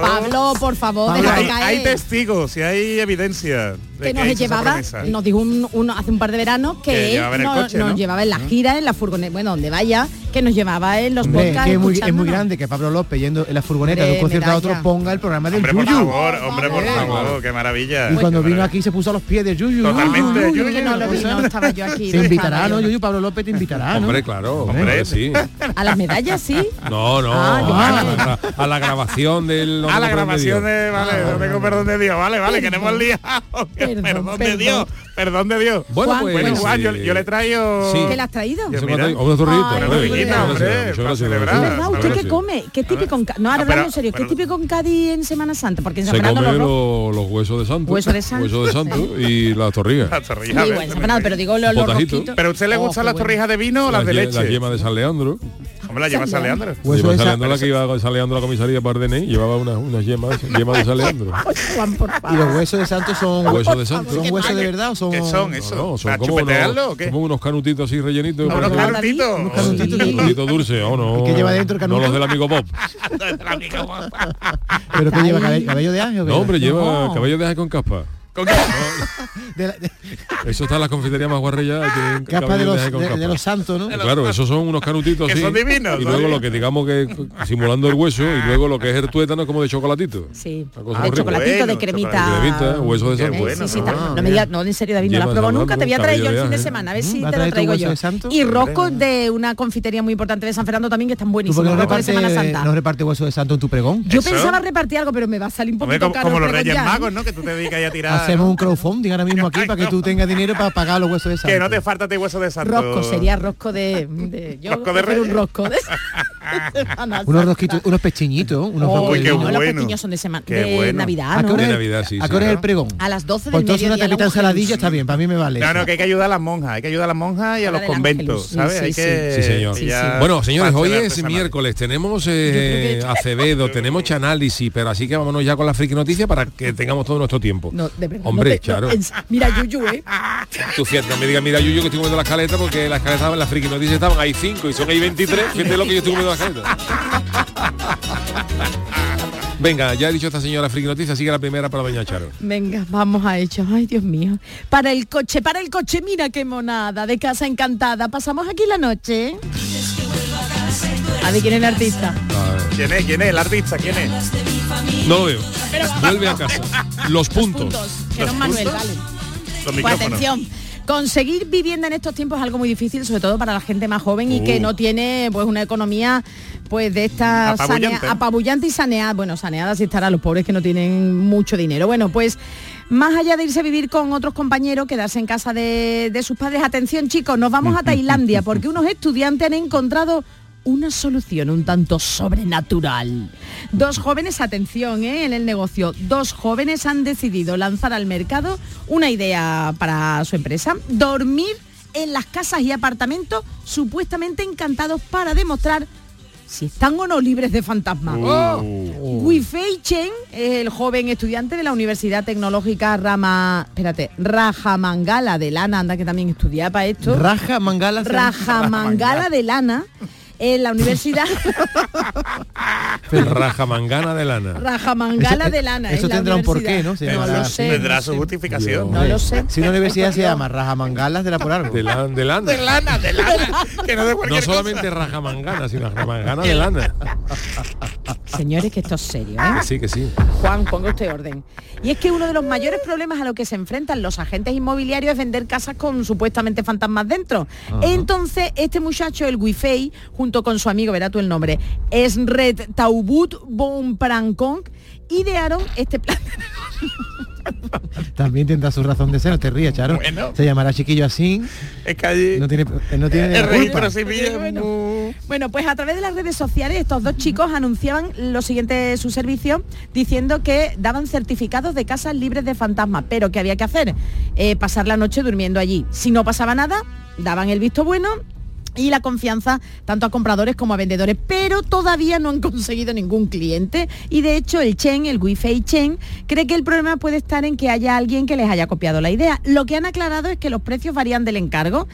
H: Pablo, por favor,
M: Pablo, hay,
H: déjate
M: hay
H: caer.
M: testigos y hay evidencia. de
H: que nos
M: he hecho esa
H: llevaba,
M: promesa.
H: nos dijo un- uno hace un par de veranos que,
M: Que
H: él
M: llevaba en el
H: no-
M: coche,
H: nos
M: ¿no?
H: llevaba en la gira, en la furgoneta, bueno, donde vaya, que nos llevaba en los
I: Hombre,
H: podcasts.
I: que es, muy, es muy
H: escuchándonos.
I: grande que Pablo López yendo en la furgoneta de un
H: Hombre,
I: concierto a otro
H: medalla.
I: ponga el programa del
M: Hombre, por
I: Yuyu.
M: favor, hombre, por favor, qué maravilla. Ah,
I: Y cuando
M: Qué
I: vino
M: maravilla.
I: aquí se puso a los pies de Yuyu.
M: Totalmente,
I: Yuyu,
M: Yuyu,
I: Yuyu,
H: Que no lo vi,
I: Yuyu.
H: no estaba yo aquí.
I: Te
H: no
I: invitará,
H: estaba
I: ¿no?
H: yo.
I: Yuyu Pablo López te invitará, ¿no?
G: Hombre, claro, hombre,
M: Hombre.
G: sí.
H: A las medallas, sí.
G: No, no,
H: Ah, yo-
G: a, la, a la grabación del
M: A la
G: Domingo Perón de Dios.
M: grabación de, vale, no tengo perdón de Dios, vale, vale, que no hemos liado. que
H: Perdón,
M: Perdón, de
H: perdón.
M: Dios, perdón de Dios.
G: Bueno,
H: Juan,
G: pues,
M: Bueno, Juan, yo,
G: eh,
M: yo le traigo...
G: Sí.
H: ¿Qué la has traído?
G: Eso
M: Mira.
G: me ha traído- unos zorritos, ¿no?
H: Ay, hombre,
G: Muchas gracias,
M: hombre,
G: muchas
M: para
G: gracias,
M: celebrar.
G: muchas
H: ¿Verdad?
G: gracias.
H: ¿Usted qué
G: Sí.
H: come? ¿Qué típico en Cádiz? No, ahora
M: Ah, pero-
H: hablando en serio, ¿qué
M: pero-
H: típico en Cádiz en Semana Santa? Porque en San
G: Se
H: Fernando
G: come
H: los ro-
G: los, los huesos de santo,
H: Hueso de santo,
G: huesos de santo y las torrillas,
M: Las torrijas,
H: Sí, bueno,
M: ¿ves?
H: en San Fernando, pero digo los, los
G: Potajito.
H: rosquitos.
M: Pero a usted le
H: Oh,
M: gustan
H: qué
M: las
H: bueno.
M: torrijas de vino o las de
G: ye-
M: leche.
G: las yemas de San Leandro.
M: Hombre, las llevas a Leandro.
G: Lleva
I: Hueso de
G: San
I: sa-
G: Leandro la que iba San Leandro a la comisaría para DNI, llevaba unas, unas yemas, yemas de San Leandro.
H: Juan, por
I: Y
H: favor.
I: los huesos de santo son
G: Huesos de santo.
I: ¿Son huesos de verdad o son?
M: ¿Qué son
G: No,
M: Ah, eso?
G: no, son
M: ¿Para
G: como
M: chupetearlo o
G: unos,
M: qué?
G: como unos canutitos así rellenitos.
M: Unos
G: parece-
M: calutitos.
I: unos calutitos.
G: Sí, Canutitos dulces, o no.
I: ¿Y qué lleva dentro el
G: No
I: canuto?
G: los del amigo Bob.
I: ¿Pero que lleva cabello, cabello de ángel? o qué?
G: No, hombre, lleva
H: No.
G: cabello de aje con caspa.
M: ¿Con qué?
I: De la- de-
G: Eso está en las confiterías más guarrillas. tienen
I: Capa
G: cabello
I: de
G: aje
I: los,
G: con
I: de,
G: caspa.
I: de los santos, ¿no?
G: Claro, esos son unos canutitos
M: Que
G: así.
M: son divinos,
G: Y
M: son
G: luego lo
M: divinos.
G: que digamos que simulando el hueso y luego lo que es el tuétano es como de chocolatito.
H: Sí,
G: Una cosa
H: de
G: horrible.
H: chocolatito, de
M: Bueno,
H: cremita.
G: Cremita, hueso de
M: Qué
G: santo.
H: sí,
M: bueno,
H: sí,
M: ¿no?
H: tal. no me digas, no, en serio, David, no la
G: Llevas
H: has probado
G: hablando
H: nunca, te voy a
G: con
H: traer yo el
G: cabello
H: fin
G: de
M: ¿eh?
H: de
G: ángel.
H: semana, a ver
I: Mm,
H: si
I: ¿va a
H: te lo
I: traer tu
H: traigo
I: hueso
H: yo.
I: de santo?
H: Y roscos de una confitería muy importante de San Fernando también, que están
I: ¿Tú
H: buenísimos,
I: por qué no
H: roscos de
I: reparte,
H: Semana Santa.
I: no reparte huesos de santo en tu pregón?
H: Yo
M: ¿Eso?
H: pensaba repartir algo, pero me va a salir un
M: Hombre,
H: poquito
M: como,
H: caro.
M: como los
H: el pregón
M: reyes
H: ya, ¿eh?
M: magos, ¿no? Que tú te dedicas ahí a tirar...
I: Hacemos un crowdfunding ahora mismo aquí para que tú tengas dinero para pagar los huesos de santo.
M: Que no te falta tu hueso de santo.
H: Rosco, sería rosco de... de yo
M: Rosco de
H: prefiero un
M: reyes.
H: rosco de... Semana
I: unos
H: Santa.
I: rosquitos, unos pechiñitos, unos
H: Oh,
I: roscos
M: Uy, qué
I: de-
H: no, los
M: bueno.
H: pequeños son de, semana,
M: Qué
H: de
M: bueno.
H: Navidad,
I: ¿A qué
H: ¿no?
I: hora es-
G: De Navidad, sí,
I: ¿A
G: sí,
I: qué hora es el
G: claro.
I: pregón?
H: A las 12 del
I: Pues entonces una
H: mediodía,
I: tapita
H: la
I: de
H: mujer.
I: ensaladilla está bien, para mí me vale.
M: No, no,
I: esa.
M: que hay que ayudar a las monjas, hay que ayudar a las monjas y a
H: Hora
M: los
H: del
M: conventos,
H: Ángelus, sí,
M: ¿sabes?
H: sí,
M: Hay
H: sí.
M: que-
G: Sí, señor.
H: Sí,
M: ya-
G: Bueno, señores, hoy
M: pastel
G: es
M: artesanal.
G: miércoles, tenemos eh, Acevedo, tenemos Chanálisis, pero así que vámonos ya con la friki noticia para que tengamos todo nuestro tiempo.
H: No, de verdad,
G: Hombre,
H: no te- no,
G: Charo,
H: en- mira, Yuyu, ¿eh?
G: tú fíjate, no me digas, mira, Yuyo, que estoy comiendo las caletas porque las caletas en las friki noticias estaban ahí 5 y son ahí 23, fíjate lo que yo estoy comiendo las caletas. Venga, ya he dicho esta señora friki noticia, sigue la primera para doña Charo.
H: Venga, vamos a ello. Ay, Dios mío. Para el coche, para el coche, mira qué monada, de casa encantada. Pasamos aquí la noche. A ver quién es el artista.
M: ¿Quién es? ¿Quién es? ¿El artista? ¿Quién es?
G: No lo veo. Vuelve a casa. Los puntos.
H: Puntos. Que no es Manuel,
M: puntos?
H: vale.
M: Los
H: Pues
M: micrófonos.
H: atención. Conseguir vivienda en estos tiempos es algo muy difícil, sobre todo para la gente más joven y que
M: Uh.
H: no tiene pues una economía pues de esta
M: Apabullante.
H: sanea- apabullante y saneada. Bueno, saneada sí estará los pobres que no tienen mucho dinero. Bueno, pues más allá de irse a vivir con otros compañeros, quedarse en casa de, de sus padres, atención chicos, nos vamos a Tailandia porque unos estudiantes han encontrado una solución un tanto sobrenatural. Dos jóvenes, atención, ¿eh? en el negocio, dos jóvenes han decidido lanzar al mercado una idea para su empresa, dormir en las casas y apartamentos supuestamente encantados para demostrar si están o no libres de
I: Uh.
H: fantasmas. Oh. Wei Fei Chen es el joven estudiante de la Universidad Tecnológica Rama, espérate, Rajamangala de Lana, anda que también estudiaba para esto.
I: Raja Mangala.
H: Rajamangala de Lana en la Universidad
G: Rajamangana de lana.
H: Rajamangala de Lana.
I: Eso
H: en la
I: tendrá un
H: universidad.
I: porqué, ¿no? Se
H: No
I: llamará
H: lo
I: así.
H: sé.
M: Tendrá su justificación.
H: No lo sé.
I: Si una universidad se llama Rajamangalas, de la por algo. De
G: lana. De lana,
M: De lana, de lana. que no de
G: No
M: cualquier
G: solamente rajamangana, sino rajamangana de lana.
H: Señores, que esto es serio, ¿eh?
G: Que sí, que sí.
H: Juan, ponga usted orden. Y es que uno de los mayores problemas a los que se enfrentan los agentes inmobiliarios es vender casas con supuestamente fantasmas dentro.
O: Ajá.
H: Entonces, este muchacho, el Guifei, junto con su amigo, verá tú el nombre, es Red Taubut Bonprancong, idearon este plan.
I: También tendrá su razón de ser, no te rías, Charo. Se llamará chiquillo así.
M: Es que allí...
I: No tiene, eh, no tiene
M: El registro
I: culpa.
M: civil es muy-
H: Bueno, pues a través de las redes sociales estos dos chicos anunciaban lo siguiente de su servicio diciendo que daban certificados de casas libres de fantasmas, pero que había que hacer Eh, pasar la noche durmiendo allí. Si no pasaba nada, daban el visto bueno y la confianza tanto a compradores como a vendedores, pero todavía no han conseguido ningún cliente y de hecho el Chen, el Guifei Chen, cree que el problema puede estar en que haya alguien que les haya copiado la idea. Lo que han aclarado es que los precios varían del encargo,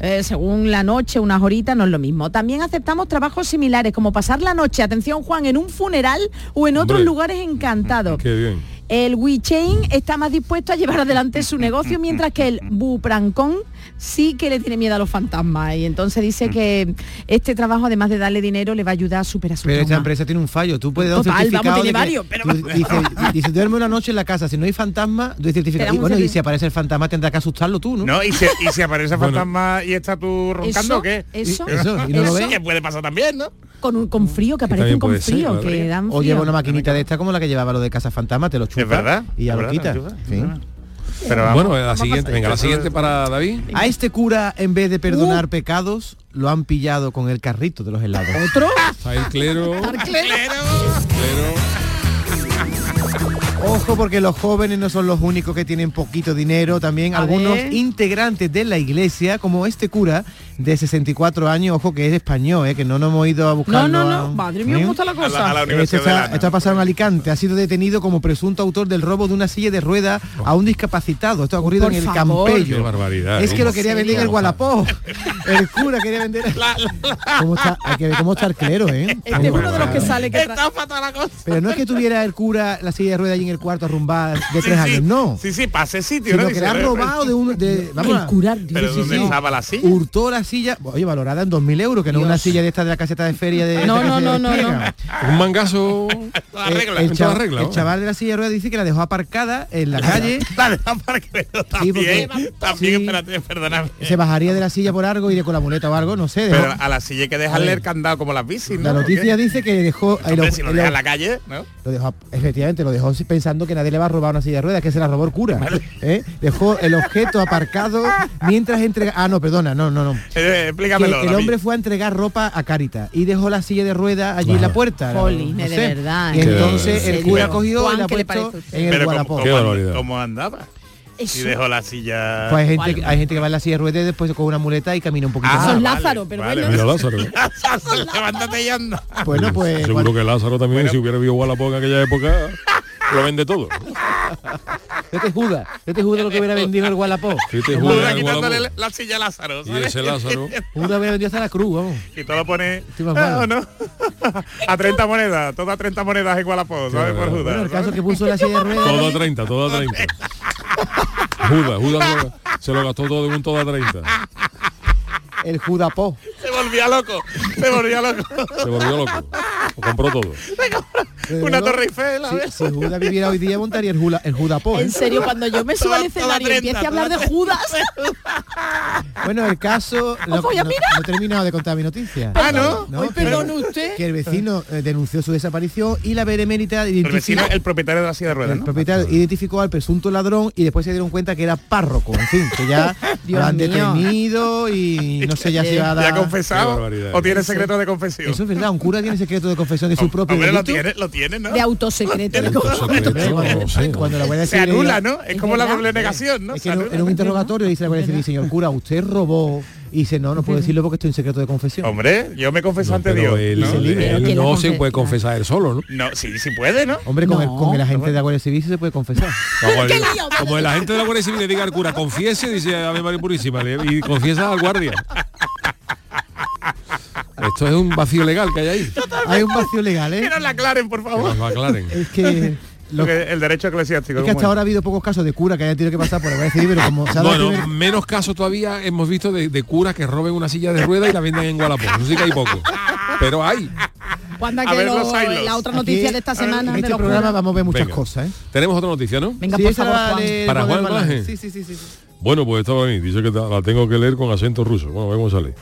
H: eh, según la noche, unas horitas, no es lo mismo. También aceptamos trabajos similares, como pasar la noche, atención Juan, en un funeral o en otros
G: Hombre.
H: lugares encantados.
G: Qué bien.
H: El WeChain está más dispuesto a llevar adelante su negocio, mientras que el Buprancón sí que le tiene miedo a los fantasmas. Y entonces dice que este trabajo, además de darle dinero, le va a ayudar a superar su
I: Pero esta
H: trauma.
I: empresa tiene un fallo. Tú puedes dar un
H: Total, vamos,
I: certificado.
H: tiene
I: de que-
H: varios, pero-
I: tú dices, dices, duerme una noche en la casa. Si no hay fantasma, doy
H: Te
I: certificado.
H: damos
I: Y bueno,
H: certi-
I: y si aparece el fantasma tendrá que asustarlo tú, ¿no?
M: No, y si, y si aparece
I: Bueno.
M: fantasma y está tú roncando,
H: Eso,
M: o ¿qué?
H: eso,
M: Y-
I: eso, y no lo ves.
M: Que puede pasar también, ¿no?
H: Con, un- con frío, que aparecen con frío, que dan
I: O lleva
H: frío.
I: una maquinita de esta como la que llevaba lo de Casa Fantasma, te lo chupa.
M: verdad,
I: Y ya
M: es
I: lo
M: verdad,
I: quita.
M: lo chupa,
I: Sí.
G: bueno, la siguiente, venga, la siguiente para David.
I: A este cura, en vez de
H: Uh.
I: perdonar pecados, lo han pillado con el carrito de los helados.
H: ¿Otro?
G: Está el clero.
I: Ojo porque los jóvenes no son los únicos que tienen poquito dinero, también
H: A
I: algunos
H: ver.
I: integrantes de la iglesia, como este cura de 64 años, ojo que es español, ¿eh? que no nos hemos ido a
H: No,
I: buscarlo.
H: no,
I: a-
H: no, madre mía,
I: ¿eh?
H: ¿cómo está la cosa?
I: esto, está, esto ha pasado en Alicante. Ha sido detenido como presunto autor del robo de una silla de rueda a un discapacitado. Esto ha ocurrido
H: Por
I: en el
H: favor.
I: Campello.
G: Qué barbaridad,
I: Es
G: ¿eh?
I: que lo
G: ¿En
I: quería vender en el
G: serio?
I: Gualapó. El cura quería vender. ¿Cómo está? Hay que ver cómo está el clero, ¿eh?
H: Este es uno de los que sale que tra-
I: Pero no es que tuviera el cura la silla de rueda allí en el cuarto arrumbada de tres años, no.
M: Sí, sí, pase sitio,
I: Sino
M: ¿no?
I: que
M: Dice,
I: le han
M: "Re-
I: robado de un... De, vamos a-
M: Pero
I: Sí, sí,
M: ¿dónde
I: sí.
M: estaba la silla?
I: Hurtó la silla, oye, valorada en 2.000 euros, que no es una silla de esta de la caseta de feria de...
G: No,
I: de
G: no,
I: caseta
G: no,
I: de
G: no,
I: friega.
G: no. Un mangazo.
I: El- el,
G: en
I: chaval-
G: toda regla,
I: el
G: ¿no?
I: chaval de la silla de ruedas dice que la dejó aparcada en la calle.
M: La de la parque, también, también, espérate, perdóname.
I: Se bajaría de la silla por algo, iría con la muleta o algo, no sé. dejó-
M: Pero a la silla hay que dejarle el candado como las bicis, ¿no?
I: la noticia dice que dejó...
M: ¿Este Hombre,
I: el-
M: si lo
I: el-
M: deja en la calle, ¿no?
I: lo dejó- efectivamente, lo dejó pensando que nadie le va a robar una silla de ruedas, que se la robó el cura. ¿eh? Dejó el objeto aparcado mientras entrega... Ah, no, perdona, no, no, no.
M: Eh, explícamelo.
I: que el
M: David.
I: hombre fue a entregar ropa a Carita y dejó la silla de ruedas allí en la puerta. ¿no?
H: Jolines,
I: No
H: de
I: sé.
H: verdad,
I: Y
H: ¿eh?
I: entonces el
H: Pero-
I: cura cogió
H: Juan,
I: y la
H: ¿qué le
I: puesto
H: parece a usted?
I: en el
M: Pero
I: Guadalajara.
M: ¿cómo,
G: Qué
M: cómo,
G: barbaridad.
M: cómo andaba?
H: Eso.
M: Y dejó la silla...
I: Pues hay gente, hay gente que va en la silla de ruedas y después se coge una muleta y camina un poquito
M: Ah,
I: más.
M: Son Lázaro,
H: pero
G: Vale, mira, Lázaro. ¿eh?
M: Levántate y anda.
I: Bueno, pues
G: Seguro que Lázaro también, si hubiera vivido Wallapop en aquella época, lo vende todo.
I: vete juda, vete juda lo que hubiera vendido el Gualapó.
G: Vete
M: Judas
G: Judas,
M: quitándole
G: Gualapó.
M: la silla a Lázaro.
G: Y
M: ¿sabes?
G: ese Lázaro.
I: Juda hubiera vendido hasta la cruz, vamos.
M: Y todo lo pone
I: malo.
M: ah, ¿o no? a 30 monedas, todo a 30 monedas igual a po, ¿sabes? Por
I: Bueno, el
M: Judas.
I: caso es que puso la silla de ruedas.
G: Todo a 30, todo a 30. Judas, Judas se lo- se lo gastó todo de un todo a 30.
I: El Judapó.
M: Se volvía loco, se volvía loco.
G: Se volvió loco. Lo compró todo.
M: una torre Eiffel. a
I: Si,
M: ver.
I: si Judas viviera hoy día montaría el, Jula- el Judapo. ¿eh?
H: En serio, cuando yo me suba al
M: Pues, Toda- toda
H: escenario y empiece a hablar de Judas,
I: Bueno, el caso... No,
H: Ojo, ya
I: no-
H: mira.
I: no he terminado de contar mi noticia.
H: Ah, ¿no? Hoy
I: que-
H: perdone usted.
I: Que el vecino eh, denunció su desaparición y la benemérita
M: El vecino, el propietario de la silla de ruedas,
I: El
M: ¿no?
I: propietario identificó al presunto ladrón y después se dieron cuenta que era párroco. En fin, que ya
M: Dios
I: lo han
M: mío.
I: detenido y no sé ya si va
M: ¿Ya
I: a dar...
M: ha confesado o tiene secreto de confesión?
I: Eso es verdad, un cura tiene secreto de confesión de su propio
M: Hombre, lo
I: delito.
M: tiene, lo tiene, ¿no?
H: de autosecreto.
I: Cuando la Guardia
M: Se
I: Civil le
M: anula,
I: diga-
M: ¿no? Es como la doble negación, ¿no?
I: Es que en un- en un interrogatorio dice la Guardia Civil, señor cura, usted robó. Y dice, no, no puedo decirlo porque estoy en secreto de confesión.
M: Hombre, yo me confieso ante Dios.
J: él-
M: ¿no?
J: él Pero ¿quién no la se confe- puede confesar él solo, ¿no?
M: No, sí, sí puede, ¿no?
I: Hombre, con, el, con el agente de la Guardia Civil sí se puede confesar.
J: Como el, como el agente de la Guardia Civil le diga al cura, confiese, dice a mi María Purísima, le- y confiesa al guardia. Esto es un vacío legal que hay ahí.
I: Hay un vacío legal, ¿eh?
M: Que nos la aclaren, por
J: Que
M: favor.
J: nos lo aclaren.
I: Es que... lo-
M: Porque el derecho eclesiástico.
I: Es que
M: ¿cómo
I: hasta ahora ha habido pocos casos de cura que hayan tenido que pasar por la Guardia Civil, pero como se ha dado el
J: Bueno,
I: primer-
J: menos casos todavía hemos visto de, de curas que roben una silla de ruedas y la vendan en Guadalajara. Eso sí que hay poco. Pero hay.
H: Wanda,
J: A
H: que
J: ver
H: lo-
J: los hilos.
H: la otra noticia
I: Aquí,
H: de esta
I: a ver,
H: semana
I: en
H: de
I: este
H: los
I: programa
H: curas.
I: vamos a ver muchas
J: Venga.
I: cosas, ¿eh?
J: Tenemos otra noticia, ¿no?
H: Venga,
I: Sí,
H: por
I: esa
H: favor,
I: la
H: Juan.
I: de
J: Para
I: Modern
J: Juan
I: Balance.
N: Pues,
J: Blaje.
I: Sí, sí, sí, sí. sí.
J: Bueno, pues esta para mí. Dice que ta- la tengo que leer con acento ruso. Bueno, vemos sale.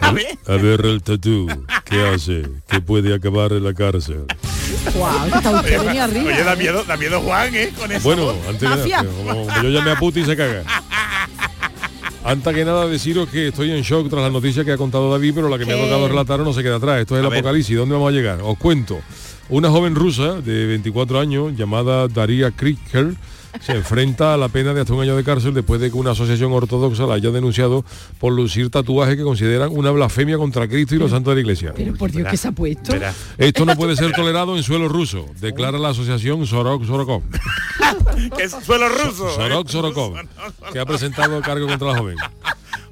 J: A ver. A ver el tatú. ¿Qué hace? Que puede acabar en la cárcel.
H: Guau, está
M: Oye,
H: usted muy
M: Juan-
H: arriba.
M: oye, da miedo, da miedo Juan, ¿eh? Con eso.
J: Bueno, antes que
H: Mafia.
J: nada, como- como yo llamé a Putin y se caga. Antes que nada deciros que estoy en shock tras la noticia que ha contado David, pero la que me ha
H: ¿Qué?
J: tocado relatar no se queda atrás. Esto es el apocalipsis. ¿Dónde vamos a llegar? Os cuento. Una joven rusa de 24 años llamada Daria Kriker se enfrenta a la pena de hasta un año de cárcel después de que una asociación ortodoxa la haya denunciado por lucir tatuajes que consideran una blasfemia contra Cristo y los santos de la iglesia.
H: Pero por Dios, ¿qué se ha puesto?
J: Esto no puede ser tolerado en suelo ruso, declara la asociación Sorok Sorokov.
M: Que es suelo ruso. ¿eh?
J: Sorok Sorokov, que ha presentado cargo contra la joven.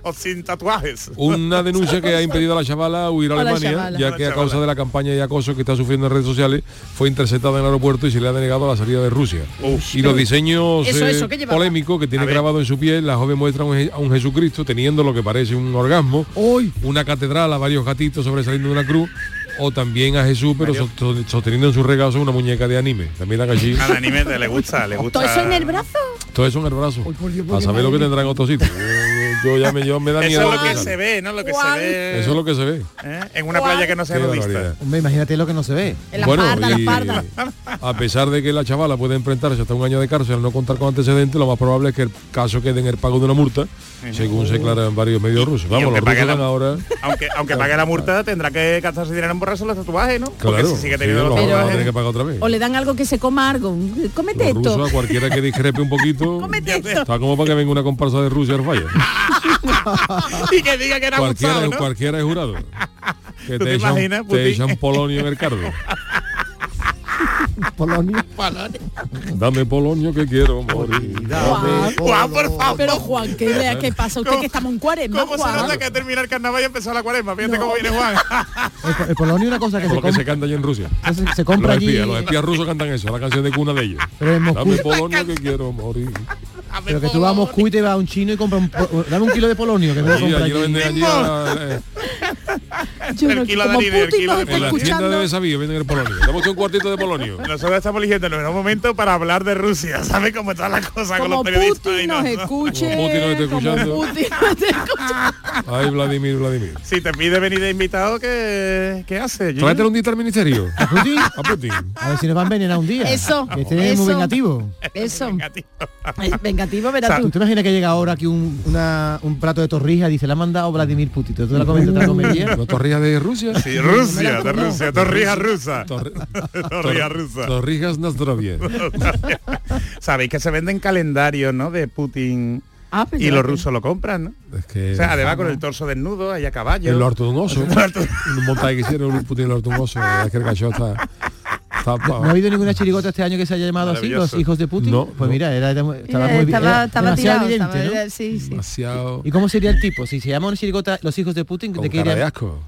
M: O sin tatuajes.
J: Una denuncia que ha impedido a la chavala huir a
M: A la
J: Alemania,
M: chavala.
J: ya que a causa de la campaña de acoso que está sufriendo en redes sociales, fue interceptada en el aeropuerto y se le ha denegado la salida de Rusia. y los diseños
H: Eso,
J: eh,
H: eso, ¿qué llevaba?
J: polémicos que tiene grabado en su piel, la joven muestra un Je- a un Jesucristo teniendo lo que parece un orgasmo, una catedral a varios gatitos sobresaliendo de una cruz, o también a Jesús, pero sost- sosteniendo en su regazo una muñeca de anime. También la allí.
M: Al anime te le gusta, le gusta.
H: ¿Todo eso en el brazo?
J: Todo eso en el brazo.
H: Dios,
J: a
H: porque
J: saber lo que
H: madre
J: tendrán en otro sitio. Yo, yo ya me, yo me da
M: Eso
J: miedo.
M: es lo que
J: pensarlo.
M: se ve, ¿no? Lo que
H: Juan.
M: se ve.
J: Eso es lo que se ve.
M: ¿eh? En una playa que no sea
J: Qué
M: nudista.
J: barbaridad.
I: Hombre, imagínate lo que no se ve.
H: La parda, la parda.
J: a pesar de que la chavala puede enfrentarse hasta un año de cárcel al no contar con antecedentes, lo más probable es que el caso quede en el pago de una multa, según se aclara en varios medios rusos. Vamos, los
M: aunque
J: rusos
M: pague la-
J: dan ahora...
M: Aunque, aunque pague la multa, tendrá que gastarse dinero en borrarse los tatuajes, ¿no? Porque
J: Claro,
M: si sigue
J: sí,
M: teniendo
J: lo
M: los
J: vamos a tener
M: tatuajes.
J: que pagar otra vez.
H: O le dan algo que se coma algo. Cómete
J: Los
H: esto.
J: rusos, a cualquiera que discrepe un poquito,
H: Cómete esto.
J: está como para que venga una comparsa de Rusia al fallo.
M: y que diga que era
J: Cualquiera,
M: abusado, ¿no?
J: cualquiera es jurado. Que te,
M: ¿Tú te
J: echan,
M: imaginas,
J: te
M: Putin?
J: echan polonio en el cardo.
I: Polonia.
J: Dame polonio que quiero morir.
H: Juan,
M: Juan, por favor.
H: Pero Juan, ¿qué, idea, ¿qué pasa? Usted que estamos en cuaresma,
M: ¿Cómo se
H: Juan.
M: nota que termina el carnaval y empezó la cuaresma? Fíjate cómo viene Juan.
I: El, po- el Polonia es una cosa que se,
J: Por lo que
I: compra-
J: se canta allí en Rusia.
I: se- se compra
J: Los
I: allí.
J: espías, los espías rusos cantan eso, la canción de cuna de ellos.
I: Pero en Moscú-
J: Dame polonio que quiero morir.
I: Pero que tú vas a Moscú y te vas a un chino y compra un po- dame un kilo de polonio que me lo
J: Allí,
I: compra
J: allí lo
I: allí.
J: venden allí eh, a-
H: Yo
M: El
H: no-
M: kilo de
H: como
M: harina, el
H: Putin
M: kilo
H: nos
M: de
H: está
J: en la tienda
H: escuchando.
J: de Sabio venden el polonio. Damos un cuartito de polonio.
M: Nosotros estamos eligiendo en un momento para hablar de Rusia. ¿Sabes cómo están las cosas con los
H: Como
M: periodistas?
H: Putin
M: y no?
H: nos escuche.
J: Como Putin nos está escuchando.
H: Como Putin nos está escuchando.
J: Ay, Vladimir, Vladimir.
M: Si te pide venir de invitado, ¿qué, qué hace? Yuyu?
J: Tráetelo un día al ministerio.
I: ¿A Putin?
J: A Putin.
I: A ver si nos van a envenenar un día.
H: Eso,
I: Que este es
H: eso.
I: muy vengativo.
H: Eso. Eh, Es Vengativo, verás
I: ¿Tú
H: tú.
I: te imaginas que llega ahora aquí un, una- un plato de torrijas y dice, la ha mandado Vladimir Putin? ¿Tú te la comes, te la comerías?
J: ¿No torrijas de Rusia?
M: Sí, Rusia, de Rusia, torrija rusa.
J: Torri-
M: Torrija rusa.
J: Torrijas Nazdrovie.
M: Sabéis que se venden calendarios, ¿no? De Putin.
H: Ah, pues
M: Y
H: ya
M: los
H: ves.
M: rusos lo compran, ¿no?
J: Es que...
M: O sea, además con el torso desnudo, ahí a caballo.
J: El ortodoxo.
M: El ortodoxo.
J: Un montaje que hicieron un Putin el ortodoxo. La verdad es que el cacho está... está pa-
I: ¿No ha habido ninguna chirigota este año que se haya llamado así, los
J: Maravilloso.
I: hijos de Putin?
J: No,
I: pues
J: no.
I: mira, era, era- estaba muy bien.
H: Eh, Estaba,
I: era
H: estaba
I: demasiado
H: tirado.
I: evidente,
H: estaba- eh,
I: ¿no?
H: sí, sí.
J: demasiado...
I: ¿Y cómo sería el tipo? Si se llama una chirigota los hijos de Putin,
J: Con
I: ¿de qué
J: cara de
I: irían?
J: asco.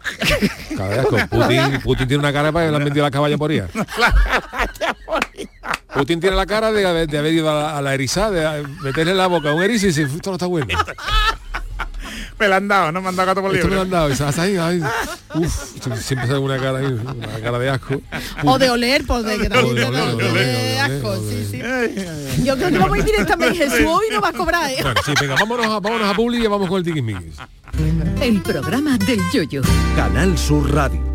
J: Cara de asco. Putin, Putin tiene una cara para que le han vendido la caballa por ella. Putin tiene la cara de haber, de
G: eh,
J: haber ido a la, a la erizada, de a- meterle la boca a un erizo y decir, esto no está bueno.
M: me la han dado, no me han dado gato por
G: Esto me
M: liebre.
G: lo han dado. y se hace ahí, ahí. Uf, se- siempre sale una cara, ahí, una cara de asco.
H: O de oler, pues de que también te da-
G: Ole, ole,
H: asco, sí, sí. Yo creo que vamos a ir directamente. Jesús hoy no va a cobrar, ¿eh?
G: Bueno, sí, venga, vámonos a, vámonos a Publi y vamos con el tiquismiquis.
K: El programa del yoyo.
J: Canal Sur Radio.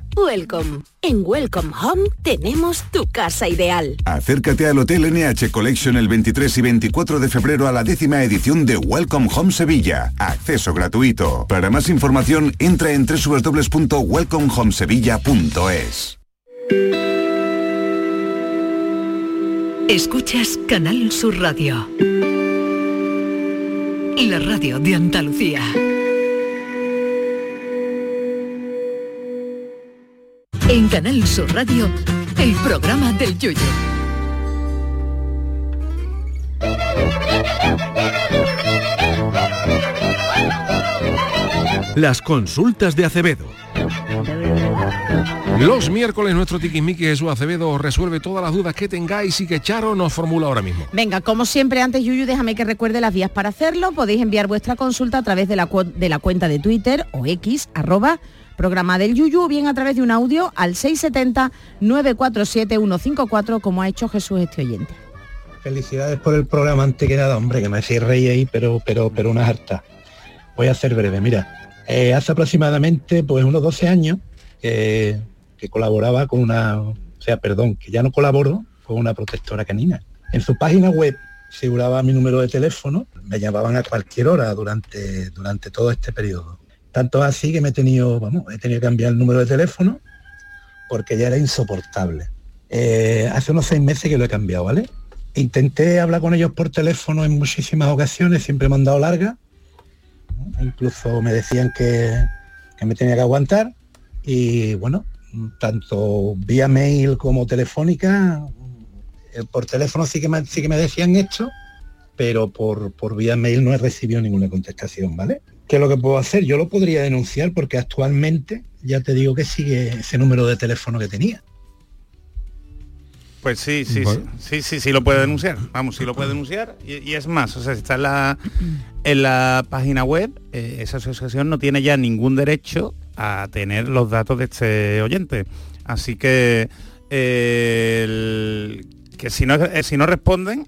P: Welcome. En Welcome Home tenemos tu casa ideal.
Q: Acércate al Hotel NH Collection el 23 y 24 de febrero a la décima edición de Welcome Home Sevilla. Acceso gratuito. Para más información, entra en www.welcomehomesevilla.es.
K: Escuchas Canal Sur Radio. La radio de Andalucía. En Canal Sur Radio, el programa del yoyo.
J: Las consultas de Acevedo.
G: Los miércoles nuestro tiquismiqui Jesús Acevedo os resuelve todas las dudas que tengáis y que Charo nos formula ahora mismo.
H: Venga, como siempre, antes Yuyu, déjame que recuerde las vías para hacerlo. Podéis enviar vuestra consulta a través de la, cu- de la cuenta de Twitter o X, arroba programa del Yuyu, o bien a través de un audio al 670-947-154, como ha hecho Jesús este oyente.
R: Felicidades por el programa antes que nada, hombre, que me hacéis reír ahí, pero, pero, pero una harta. Voy a ser breve, mira. eh, hace aproximadamente pues unos 12 años que, que colaboraba con una, o sea, perdón, que ya no colaboro con una protectora canina. En su página web figuraba mi número de teléfono, me llamaban a cualquier hora durante, durante todo este periodo. Tanto así que me he tenido, vamos, he tenido que cambiar el número de teléfono porque ya era insoportable. Eh, hace unos seis meses que lo he cambiado, ¿vale? Intenté hablar con ellos por teléfono en muchísimas ocasiones, siempre me han dado larga. Incluso me decían que, que me tenía que aguantar. Y bueno, tanto vía mail como telefónica, eh, por teléfono sí que me, sí que me decían esto, pero por, por vía mail no he recibido ninguna contestación, ¿vale? ¿Qué es lo que puedo hacer? Yo lo podría denunciar porque actualmente ya te digo que sigue ese número de teléfono que tenía.
M: Pues sí, sí,
R: Vale.
M: sí, sí, sí, sí lo puede denunciar. Vamos, sí lo puede denunciar. Y, y es más, o sea, si está en la, en la página web, eh, esa asociación no tiene ya ningún derecho a tener los datos de este oyente. Así que, eh, el- que si no, eh, si no responden,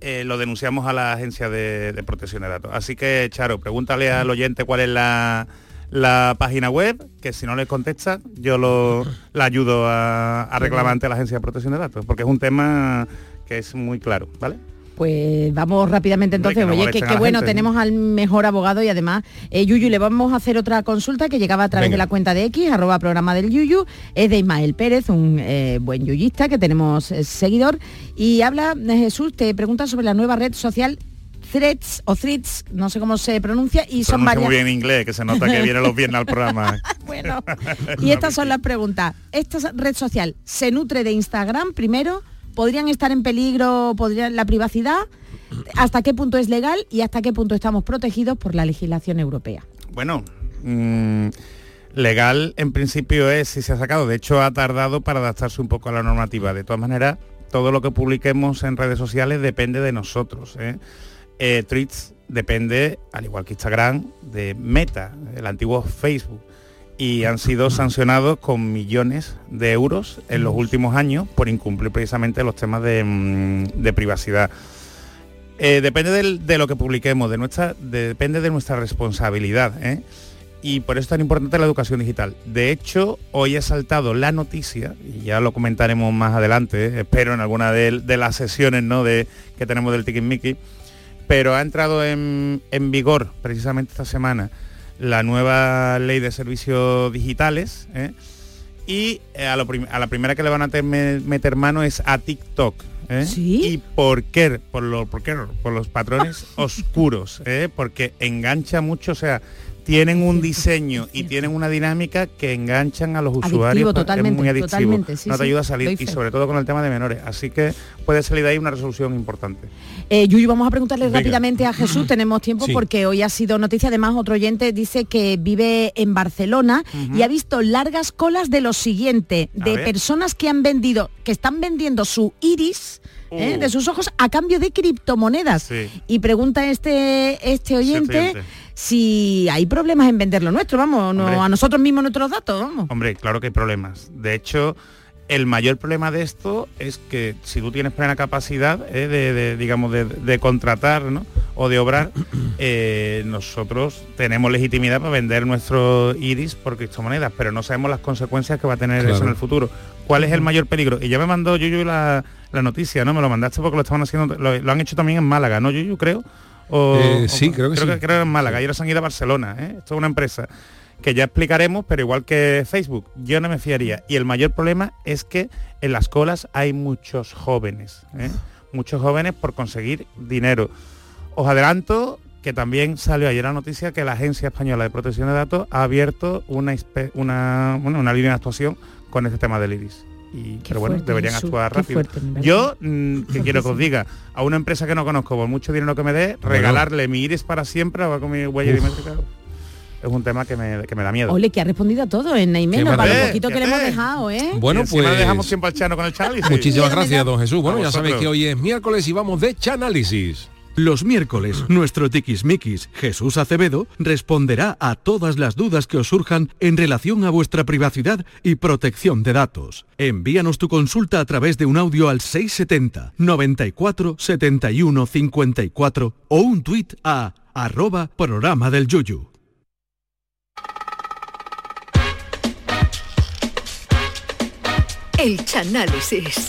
M: eh, lo denunciamos a la agencia de, de protección de datos. Así que, Charo, pregúntale al oyente cuál es la, la página web, que si no le contesta, yo lo, la ayudo a, a reclamar ante la agencia de protección de datos, porque es un tema que es muy claro, ¿vale?
H: Pues vamos rápidamente
M: Hombre,
H: entonces,
M: que no
H: oye, que,
M: molesten a
H: que
M: la
H: bueno,
M: gente.
H: tenemos al mejor abogado y además, eh, Yuyu, le vamos a hacer otra consulta que llegaba a través
M: Venga.
H: de la cuenta de X, arroba programa del Yuyu, es de Ismael Pérez, un eh, buen yuyista que tenemos eh, seguidor, y habla, eh, Jesús, te pregunta sobre la nueva red social Threads o Threads, no sé cómo se pronuncia, y son
M: Pronuncia
H: varias...
M: muy bien inglés, que se nota que viene los viernes al programa.
H: Bueno, Y estas son las preguntas. ¿Esta red social se nutre de Instagram primero? ¿Podrían estar en peligro podrían, la privacidad? ¿Hasta qué punto es legal y hasta qué punto estamos protegidos por la legislación europea?
M: Bueno, mm, legal en principio es si se ha sacado. De hecho, ha tardado para adaptarse un poco a la normativa. De todas maneras, todo lo que publiquemos en redes sociales depende de nosotros. ¿eh? Eh, Threads depende, al igual que Instagram, de Meta, el antiguo Facebook. y han sido sancionados con millones de euros en los últimos años por incumplir precisamente los temas de, mm, de privacidad. Eh, depende del- de lo que publiquemos, de nuestra, de- depende de nuestra responsabilidad. ¿eh? Y por eso es tan importante la educación digital. De hecho, hoy ha saltado la noticia, y ya lo comentaremos más adelante, eh, espero en alguna de, de las sesiones ¿no? de, que tenemos del Tikimiki, pero ha entrado en, en vigor precisamente esta semana la nueva ley de servicios digitales ¿eh? y eh, a, lo prim- a la primera que le van a teme- meter mano es a TikTok. ¿eh? ¿Y por qué? Por, lo, por qué? Por los patrones oscuros, ¿eh? porque engancha mucho, o sea, tienen un diseño y tienen una dinámica que enganchan a los usuarios. pues, es
H: totalmente,
M: muy adictivo.
H: totalmente, sí,
M: no te
H: sí,
M: ayuda a salir
H: doy
M: y
H: fe.
M: sobre todo con el tema de menores. Así que puede salir de ahí una resolución importante.
H: Eh, Yuyu, vamos a preguntarle
M: Venga.
H: rápidamente a Jesús, tenemos tiempo
M: Sí.
H: porque hoy ha sido noticia, además otro oyente dice que vive en Barcelona y ha visto largas colas de lo siguiente,
S: A
H: de
S: ver.
H: personas que han vendido, que están vendiendo su iris ¿eh? de sus ojos a cambio de criptomonedas.
S: Sí.
H: Y pregunta este, este oyente
M: oyente.
H: si hay problemas en vender lo nuestro, vamos, no,
M: Hombre.
H: a nosotros mismos nuestros datos, vamos.
M: Hombre, claro que hay problemas. De hecho, el mayor problema de esto es que si tú tienes plena capacidad eh, de, de, digamos, de, de contratar ¿no? o de obrar, eh, nosotros tenemos legitimidad para vender nuestro iris por criptomonedas, pero no sabemos las consecuencias que va a tener eso
T: Claro.
M: en el futuro. ¿Cuál es el mayor peligro? Y ya me mandó Yuyu la, la noticia, ¿no? Me lo mandaste porque lo estaban haciendo, lo, lo han hecho también en Málaga, ¿no, Yuyu, creo? O,
G: Eh,
M: o-
G: sí, creo que sí.
M: que creo que era en Málaga y ahora se han ido a Barcelona. ¿eh? Esto es una empresa que ya explicaremos, pero igual que Facebook, yo no me fiaría. Y el mayor problema es que en las colas hay muchos jóvenes, ¿eh? muchos jóvenes por conseguir dinero. Os adelanto que también salió ayer la noticia que la Agencia Española de Protección de Datos ha abierto una, inspe- una, bueno, una línea de actuación con este tema del iris. Y, pero bueno,
T: fuerte,
M: deberían
T: Jesús,
M: actuar
T: qué
M: rápido.
T: fuerte, en verdad.
M: Yo, mm, que quiero que os diga, a una empresa que no conozco, por mucho dinero que me dé, regalarle mi iris para siempre va con mi huella
H: Uf.
M: biométrica, es un tema que me, que me da miedo.
H: Ole, que ha respondido a todo en
M: Qué
H: Naimeno, para lo
M: maravilla.
H: poquito que le hemos dejado, ¿eh?
G: Bueno,
M: Y encima
G: pues-
M: dejamos siempre al Chano con el Charlie.
G: Muchísimas gracias, don Jesús. Bueno,
M: A
G: ya sabéis
M: vosotros.
G: que hoy es miércoles y vamos de chanálisis.
B: Los miércoles, nuestro tiquismiquis Jesús Acevedo responderá a todas las dudas que os surjan en relación a vuestra privacidad y protección de datos. Envíanos tu consulta a través de un audio al 670 94 71 54 o un tuit a arroba programa del yuyu.
K: El Chanálisis.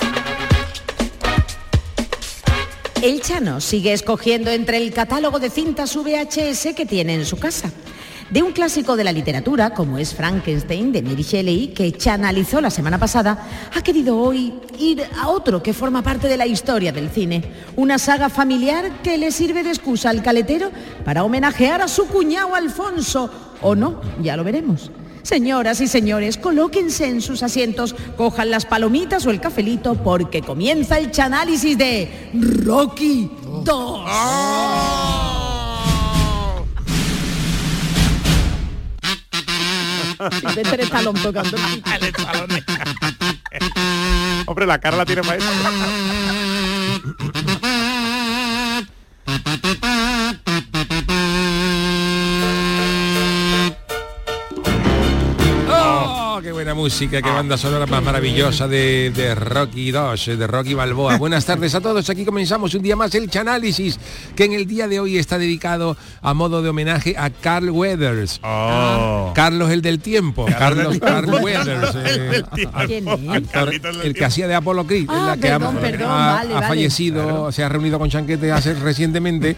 H: El Chano sigue escogiendo entre el catálogo de cintas VHS que tiene en su casa. De un clásico de la literatura, como es Frankenstein de Mary Shelley, que chanalizó la semana pasada, ha querido hoy ir a otro que forma parte de la historia del cine. Una saga familiar que le sirve de excusa al caletero para homenajear a su cuñado Alfonso. O no, ya lo veremos. Señoras y señores, colóquense en sus asientos, cojan las palomitas o el cafelito, porque comienza el chanálisis de Rocky 2. Silvestre Stallone tocando.
M: El Stallone. Hombre, la cara la tiene maestra.
G: ¡Oh, qué buena música, qué banda sonora más maravillosa de, de Rocky 2, de Rocky Balboa. Buenas tardes a todos, aquí comenzamos un día más el Chanálisis, que en el día de hoy está dedicado a modo de homenaje a Carl Weathers. Ah, Carlos el del tiempo, Carlos Carl Weathers. eh, actor, el que hacía de Apolo Creed,
H: Ah,
G: la que ha-
H: perdón, perdón,
G: ha,
H: vale,
G: ha
H: vale.
G: fallecido, se ha reunido con Chanquete hace recientemente,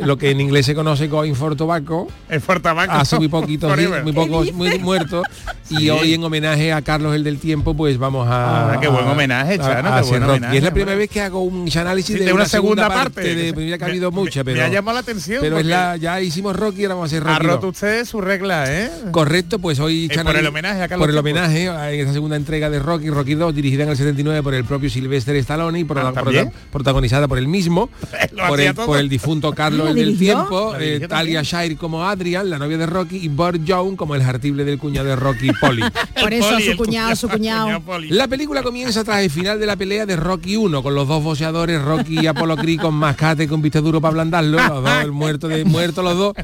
G: lo que en inglés se conoce como Infortobaco.
M: Fortabaco.
G: Hace muy poquitos días,
M: Forever.
G: muy pocos, muy muertos.
M: Sí.
G: Y hoy en homenaje a Carlos el del tiempo, pues vamos a.
M: Ah, qué buen
G: a-
M: homenaje,
G: a-
M: Chano,
G: a
M: qué
G: hacer
M: buen
G: rock. Y es la
M: homenaje,
G: primera vez que hago un análisis
M: Sí,
G: de, una segunda, parte. de,
M: que-
G: ya que ha habido
M: me-
G: mucha,
M: me
G: pero.
M: ha llamado la atención
G: Pero es
M: porque
G: la, ya hicimos Rocky y ahora vamos a hacer
M: Ha
G: Rocky.
M: roto
G: dos.
M: usted su regla, ¿eh?
G: Correcto, pues hoy
M: Eh,
G: Chano-
M: por el homenaje a Carlos
G: por el
M: Chapo.
G: homenaje a esa segunda entrega de Rocky, Rocky 2, dirigida en el 79 por el propio Sylvester Stallone y prota-
M: Ah, ¿también?
G: prota- protagonizada por el mismo,
M: Lo
G: por
M: hacía
G: el,
M: todo.
G: por el difunto Carlos el del
H: Ah, dirigió?
G: tiempo,
H: ¿La
G: eh,
H: dirigió
G: Talia Shire como Adrian, la novia de Rocky, y Burt Young como el jartible del cuñado de Rocky, Polly.
H: Por eso, su cuñado, su cuñado.
G: La película comienza tras el final de la pelea de Rocky 1 con los dos boxeadores Rocky y Apolo Creed con mascate con viste duro para ablandarlo, los dos el muerto de muerto los dos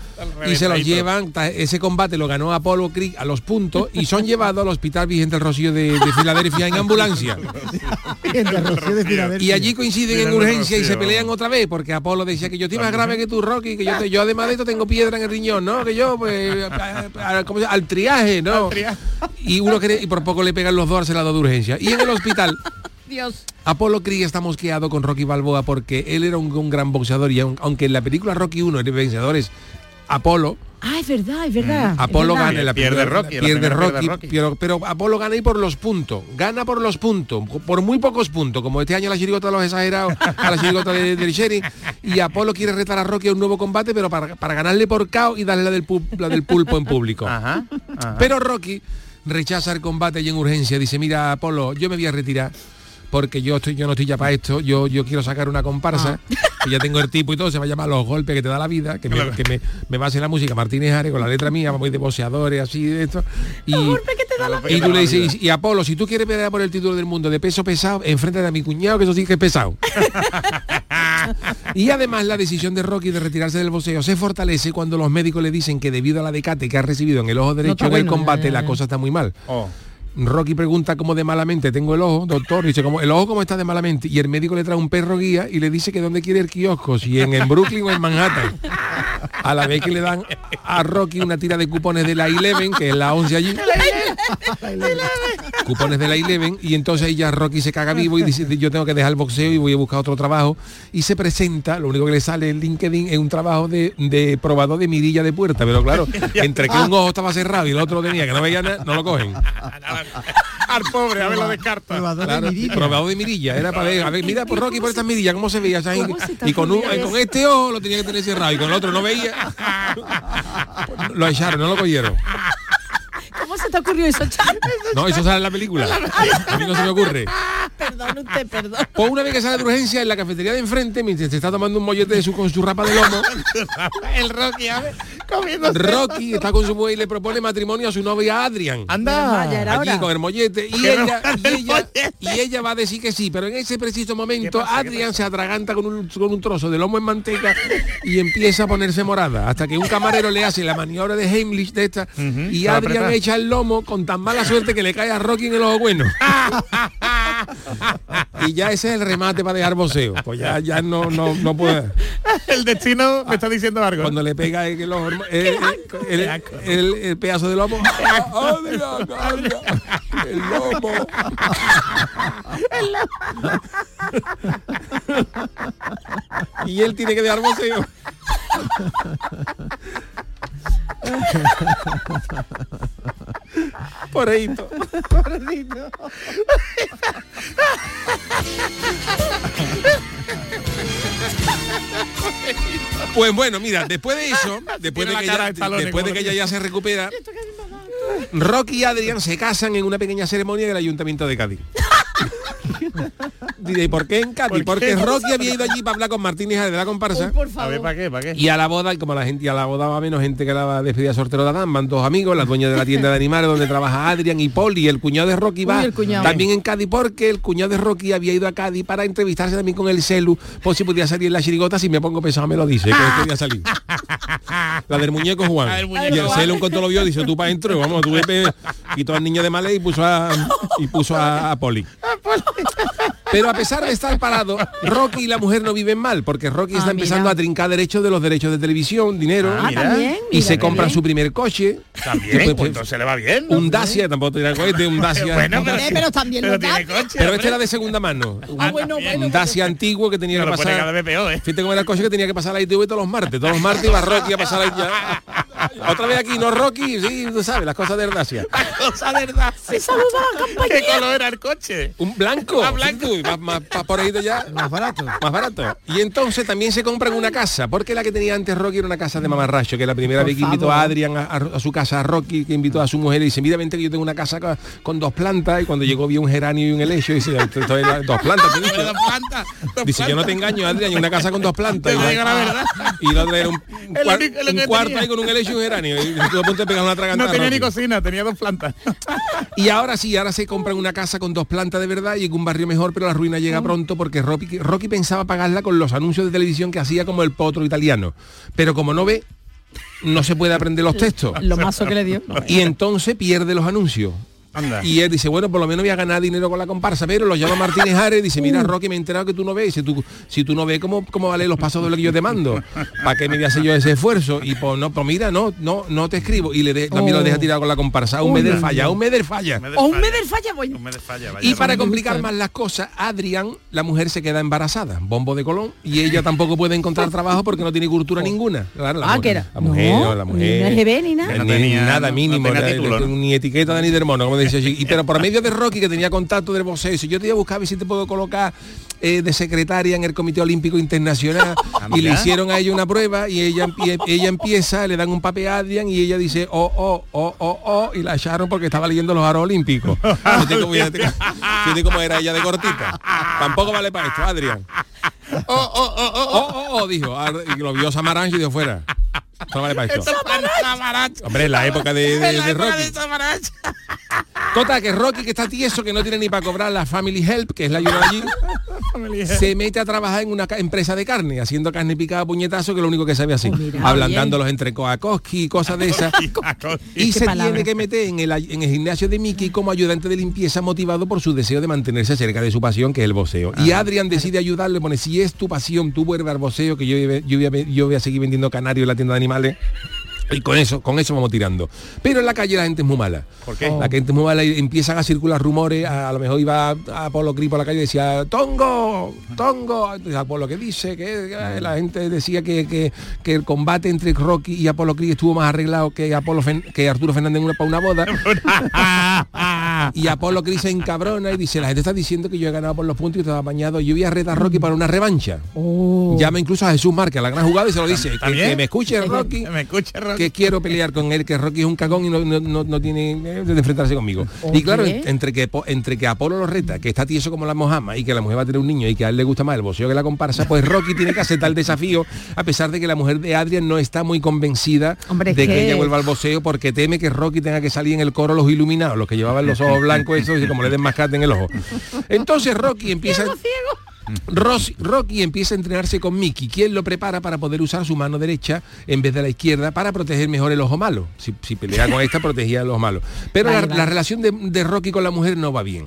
G: y se los llevan, ta- ese combate lo ganó Apolo Creed a los puntos y son llevados al Hospital Vigente del Rocío de, de Filadelfia en ambulancia. Y allí coinciden en urgencia y se pelean otra vez porque Apolo decía que yo estoy más grave que tú Rocky, que yo, te- yo además de esto tengo piedra en el riñón, ¿no? Que yo pues a- a- a- ¿cómo se llama? al triaje, ¿no? Y uno cree y por poco le pegan los dos al celado de urgencia. Y en el hospital
H: Dios.
G: Apolo Creed está mosqueado con Rocky Balboa porque él era un, un gran boxeador y aun- aunque en la película Rocky 1 el vencedor es Apolo,
H: Ah, es verdad, es verdad. es
G: Mm. Apolo
H: verdad.
G: gana en la
M: Pierde
G: primera-
M: Rocky, en la
G: pierde
M: primera pierde
G: Rocky,
M: Rocky.
G: Pero, pero Apolo gana y por los puntos, gana por los puntos, por muy pocos puntos, como este año la chirigota de los exagerados, a la chirigota de- del Sherry, y Apolo quiere retar a Rocky a un nuevo combate, pero para, para ganarle por cao y darle la del, pu- la del pulpo en público.
M: Ah.
G: Pero Rocky rechaza el combate y en urgencia dice, mira Apolo, yo me voy a retirar. Porque yo estoy, yo no estoy ya para esto, yo, yo quiero sacar una comparsa, que ya tengo el tipo y todo, se va a llamar los golpes que te da la vida, que, me- que me, me va a hacer la música Martínez Ares con la letra mía, voy de boceadores, así de esto. Y, y tú le dices, y, y Apolo, si tú quieres pelear por el título del mundo de peso pesado, enfréntate a mi cuñado, que eso sí que es pesado. Y además la decisión de Rocky de retirarse del boxeo se fortalece cuando los médicos le dicen que debido a la decate que ha recibido en el ojo derecho
M: está
G: en el
M: bueno,
G: combate,
M: ya, ya,
G: la
M: ya.
G: cosa está muy mal. Rocky pregunta cómo de malamente tengo el ojo, doctor, dice como el ojo cómo está de malamente y el médico le trae un perro guía y le dice que dónde quiere el kiosco, si en, en Brooklyn o en Manhattan. A la vez que le dan a Rocky una tira de cupones de la Eleven, que es la 11 allí, cupones de la Eleven y entonces ahí ya Rocky se caga vivo y dice yo tengo que dejar el boxeo y voy a buscar otro trabajo y se presenta, lo único que le sale en LinkedIn es un trabajo de, de probador de mirilla de puerta, pero claro, entre que un ojo estaba cerrado y el otro tenía que no veía nada, no lo cogen.
M: Al pobre, a ver lo descarta.
G: Claro, probado de Ah, mirilla, era para ver, a ver, mira por Rocky por estas mirillas, ¿cómo se veía? O sea, y con, un- con este ojo lo tenía que tener cerrado y con el otro no veía. Lo echaron, no lo cogieron.
H: ¿Cómo se te ocurrió eso, Charo?
G: No, eso sale en la película. A mí no se me ocurre.
H: Perdón usted, perdón.
G: Pues una vez que sale de urgencia en la cafetería de enfrente, mientras se está tomando un mollete de su, con su rapa de lomo,
M: El Rocky, a ver, comiéndose.
G: Rocky está con su mujer y le propone matrimonio a su novia Adrian.
M: Anda. Vaya, era
G: Allí
M: hora.
G: con el mollete. Y
M: Que no
G: ella,
M: va
G: y, ella, y ella va a decir que sí, pero en ese preciso momento Adrian se atraganta con un, con un trozo de lomo en manteca y empieza a ponerse morada. Hasta que un camarero le hace la maniobra de Heimlich de esta y
M: se va a
G: Adrian
M: apretar.
G: echa el lomo con tan mala suerte que le cae a Rocky en el ojo bueno. y ya ese es el remate para dejar boxeo. Pues ya, ya no, no, no puede.
M: El destino me está diciendo algo.
G: Cuando le pega el, el ojo, herma- el, el- el- el pedazo de lomo. Ah, El lomo. y él tiene que dejar boxeo. Pobrecito.
M: Pobrecito.
G: Pues bueno, mira, después de eso, después, de
M: Tiene la
G: que,
M: cara
G: ella,
M: de talones,
G: después de
M: como
G: que ella
M: dice.
G: ya se recupera, Rocky y Adrián se casan en una pequeña ceremonia del Ayuntamiento de Cádiz. Diré, ¿y por qué en Cádiz?
M: ¿Por
G: Porque
M: qué?
G: Rocky había ido allí para hablar con Martínez de la comparsa.
M: A ver, ¿para qué? ¿Para qué?
G: Y a la boda, y como la gente y a la boda va menos gente que la despedida sortero de Adán, van dos amigos, la dueña de la tienda de animales donde trabaja Adrián y Poli, el cuñado de Rocky va
H: Uy, el cuñado.
G: también en Cádiz porque el cuñado de Rocky había ido a Cádiz para entrevistarse también con el celu, por si podía salir en la chirigota, si me pongo pesado me lo dice, que podía salir. La del muñeco Juan.
M: La del muñeco
G: y el
M: Juan.
G: celu en cuanto lo vio dice, tú para adentro, vamos, tú vete", quitó al niño de males y puso a y puso a- a Poli. Pero a pesar de estar parado, Rocky y la mujer no viven mal, porque Rocky está empezando a trincar derechos de los derechos de televisión, dinero.
M: Ah, mira. también,
G: y
M: mira,
G: se
M: qué
G: compra
M: bien.
G: su primer coche.
M: También, pues entonces le va bien. ¿no?
G: Un Dacia, tampoco tiene cohete, un Dacia.
M: Bueno,
H: Hombre, pero también lo
M: Pero tiene
H: da.
M: coche.
G: Pero
M: hombre.
G: este era de segunda mano. Un,
H: Ah, bueno,
G: un
H: bueno,
G: Dacia antiguo que tenía
M: Pero
G: que
M: lo pone
G: pasar.
M: cada vez peor, ¿eh?
G: Fíjate cómo era el coche que tenía que pasar a la ITV todos los martes. Todos los martes iba Rocky a pasar a la ITV. Otra vez aquí, no Rocky, sí, tú sabes, las cosas de Herdacia.
M: cosa de verdad. ¿Qué color era el coche?
G: Un blanco. Más Ah, blanco. más, más- más por ahí de ya. Más barato. Más barato. Y entonces también se compran una casa, porque la que tenía antes Rocky era una casa de mamarracho, que la primera
M: Por
G: vez que invitó a
M: favor.
G: Adrián a, a- a su casa, a Rocky, que invitó a su mujer, y dice, mira, vente que yo tengo una casa ca- con dos plantas, y cuando llegó vi un geranio y un helecho, y dice, "Esto- esto es la- dos plantas. te he dicho". Dice, yo no te engaño, Adrián, hay una casa con dos plantas. Y la- Y la otra era un, un
M: Es lo
G: cuar-
M: único- es lo
G: un
M: que
G: cuarto
M: tenía.
G: ahí con un helecho y un geranio. Y estuvo a punto de pegar una
M: No
G: tragantada a
M: tenía
G: Rocky.
M: ni cocina, tenía dos plantas.
G: Y ahora sí, ahora se compran una casa con dos plantas de verdad y en un barrio mejor, pero la ruina llega
M: Mm.
G: pronto porque Rocky, Rocky pensaba pagarla con los anuncios de televisión que hacía como el potro italiano. Pero como no ve, no se puede aprender los textos.
H: Lo mazo que le dio.
G: Y entonces pierde los anuncios.
M: Anda.
G: Y él dice, bueno, por lo menos voy a ganar dinero con la comparsa, pero lo llama Martínez Ares y dice, mira, Rocky, me he enterado que tú no ves, si tú, si tú no ves, ¿cómo, cómo vale los pasos de lo que yo te mando? ¿Para qué me voy a hacer yo ese esfuerzo? Y pues no, pues mira, no, no, no te escribo. Y le de- también lo deja tirado con la comparsa. Un mes del falla, un mes del falla.
H: O Oh. un Meder falla, voy.
G: Y para complicar más las cosas, Adrián, la mujer se queda embarazada, bombo de Colón, y ella tampoco puede encontrar trabajo porque no tiene cultura ninguna. Claro, la
H: Ah,
G: mu-
H: que era.
G: La mujer,
H: No,
G: no, la mujer.
H: ni una EGB ni nada.
G: Eh, Ni-
H: No tenía-
G: nada
H: no
G: mínimo,
H: tenía
G: la- la-
H: título, ¿no?
G: ni etiqueta de ni de hermano, como decía Chiqui. Y pero por medio de Rocky, que tenía contacto del boxeo, dice, yo te voy a buscar a ver si te puedo colocar eh, de secretaria en el Comité Olímpico Internacional.
H: Ah,
G: y le
M: mira.
G: hicieron a ella una prueba y ella, empie- ella empieza, le dan un papel a Adrián y ella dice, oh, oh, oh, oh, oh, y la echaron porque estaba leyendo los aros olímpicos. Fíjate cómo- fíjate cómo- Fíjate cómo era ella de cortita. Tampoco vale para esto, Adrián. Oh, oh, oh, oh, oh, oh, dijo. Ah, Y lo vio Samaranch y dio fuera. Esto no vale para esto. Hombre, en la época de, de- de Rocky. Total, Tota, que Rocky, que está tieso, que no tiene ni para cobrar la Family Help, que es la ayuda allí, se mete a trabajar en una ca- empresa de carne, haciendo carne picada a puñetazo, que es lo único que sabe
M: Oh,
G: así. Hablantándolos entre coacoski y cosas de esas. y
M: Qué
G: se
M: palabra.
G: tiene que meter en el, ay- en el gimnasio de Mickey como ayudante de limpieza motivado por su deseo de mantenerse cerca de su pasión, que es el boxeo. y Adrian decide ayudarle, pone, si es tu pasión, tú vuelve al boxeo, que yo, voy a- yo, voy a, ve- yo voy a seguir vendiendo canarios en la tienda de animales. Y con eso, con eso vamos tirando. Pero en la calle la gente es muy mala.
M: ¿Por qué?
G: La gente es muy mala y empiezan a circular rumores. A, a lo mejor iba a Polo Cri por la calle y decía, ¡Tongo! ¡Tongo! Entonces Apolo que dice, que,
M: Ah.
G: que la gente decía que, que- que el combate entre Rocky y Apolo Cri estuvo más arreglado que Apolo Fen- que Arturo Fernández en una, para una boda. y Apolo Cri se encabrona y dice, la gente está diciendo que yo he ganado por los puntos y te has bañado. Yo voy a retar a Rocky para una revancha.
H: Oh.
G: Llama incluso a Jesús Márquez, a la gran jugada, y se lo dice. Que,
M: ¿También?
G: que me escuche Rocky. Que quiero pelear con él, que Rocky es un cagón y no, no- no- no tiene eh, de enfrentarse conmigo. Y claro,
M: Oye.
G: entre que, po- entre que Apolo lo reta, que está tieso como la mojama y que la mujer va a tener un niño y que a él le gusta más el boxeo que la comparsa, pues Rocky tiene que aceptar el desafío, a pesar de que la mujer de Adrian no está muy convencida
H: Hombre,
G: de que,
H: que-
G: ella vuelva al boxeo porque teme que Rocky tenga que salir en el coro los iluminados, los que llevaban los ojos blancos, eso, y como le desmascaten en el ojo. Entonces Rocky empieza... Ros- Rocky empieza a entrenarse con Mickey, quien lo prepara para poder usar su mano derecha en vez de la izquierda para proteger mejor el ojo malo. Si, si pelea con esta, protegía el ojo malo. Pero
H: Vale,
G: la,
H: vale.
G: la relación de, de Rocky con la mujer no va bien.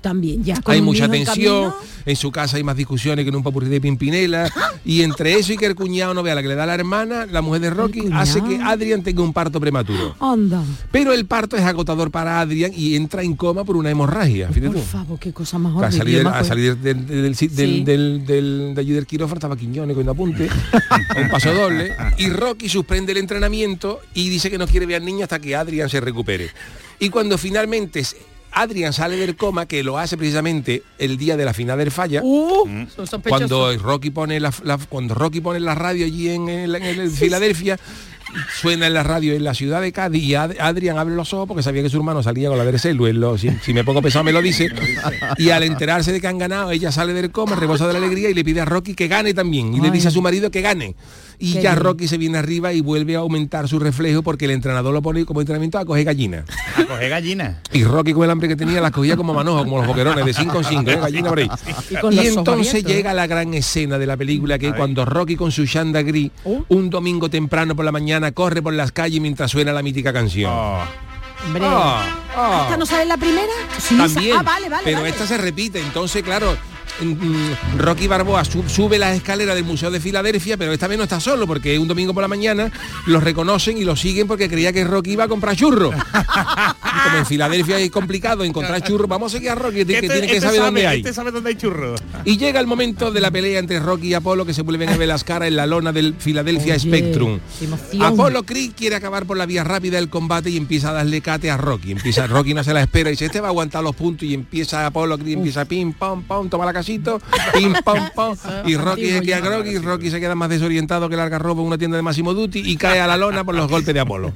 H: También, ya. con
G: hay
H: un
G: mucha
H: hijo en
G: tensión,
H: camino.
G: en su casa hay más discusiones que en un papurrí de Pimpinela. y entre eso y que el cuñado no vea la que le da la hermana, la mujer de Rocky hace que Adrian tenga un parto prematuro.
H: Anda.
G: Pero el parto es agotador para Adrian y entra en coma por una hemorragia. Fíjate
H: Por
G: tú.
H: favor, qué cosa más
G: A
H: horrible.
G: salir,
H: me
G: a
H: acuerdo.
G: salir del, del, del- del- del- del- de allí del quirófano estaba Quiñones con apunte, un paso doble, y Rocky suspende el entrenamiento y dice que no quiere ver al niño hasta que Adrian se recupere. Y cuando finalmente se- Adrian sale del coma, que lo hace precisamente el día de la final del falla,
H: Son sospechosos.
G: cuando Rocky pone la, la- cuando Rocky pone la radio allí en, el- en el- Filadelfia suena en la radio en la ciudad de Cádiz y Ad- Adrian abre los ojos porque sabía que su hermano salía con la del celu, él lo- si, si me pongo pesado me lo dice y al enterarse de que han ganado ella sale del coma rebosa de la alegría y le pide a Rocky que gane también y le dice a su marido que gane y
M: Qué
G: ya
M: bien.
G: Rocky se viene arriba y vuelve a aumentar su reflejo porque el entrenador lo pone como entrenamiento a coger gallina
M: A coger gallina.
G: y Rocky con el hambre que tenía las cogía como manojo, como los boquerones, de 5 en 5, gallina por ahí.
M: Y
G: Y,
M: con los ojos
G: entonces
M: abiertos, ¿eh?
G: llega la gran escena de la película que cuando Rocky con su Shanda Gris,
M: Oh.
G: un domingo temprano por la mañana, corre por las calles mientras suena la mítica canción.
M: Oh.
H: Hombre.
G: Ah, ah.
H: ¿Esta no sale la primera?
G: También,
H: Ah, vale, vale.
G: pero
H: vale.
G: esta se repite, entonces claro. mm, Rocky Barboa su- sube las escaleras del Museo de Filadelfia, pero esta vez no está solo porque un domingo por la mañana los reconocen y lo siguen porque creía que Rocky iba a comprar churros. Y como en Filadelfia es complicado encontrar churros, vamos a seguir a Rocky que
M: Este-
G: tiene que
M: este
G: saber dónde hay.
M: Este sabe dónde hay churros.
G: Y llega el momento de la pelea entre Rocky y Apolo que se vuelven a ver las caras en la lona del Philadelphia Spectrum.
H: Eh,
G: Apolo Creed quiere acabar por la vía rápida del combate y empieza a darle cate a Rocky. Empieza Rocky no se la espera y dice, este va a aguantar los puntos y empieza Apolo Creed, empieza pim, pam, pam, toma la casito, pim, pam, pam. Y Rocky se queda Rocky, Rocky se queda más desorientado que larga ropa en una tienda de Massimo Dutti y cae a la lona por los golpes de Apolo.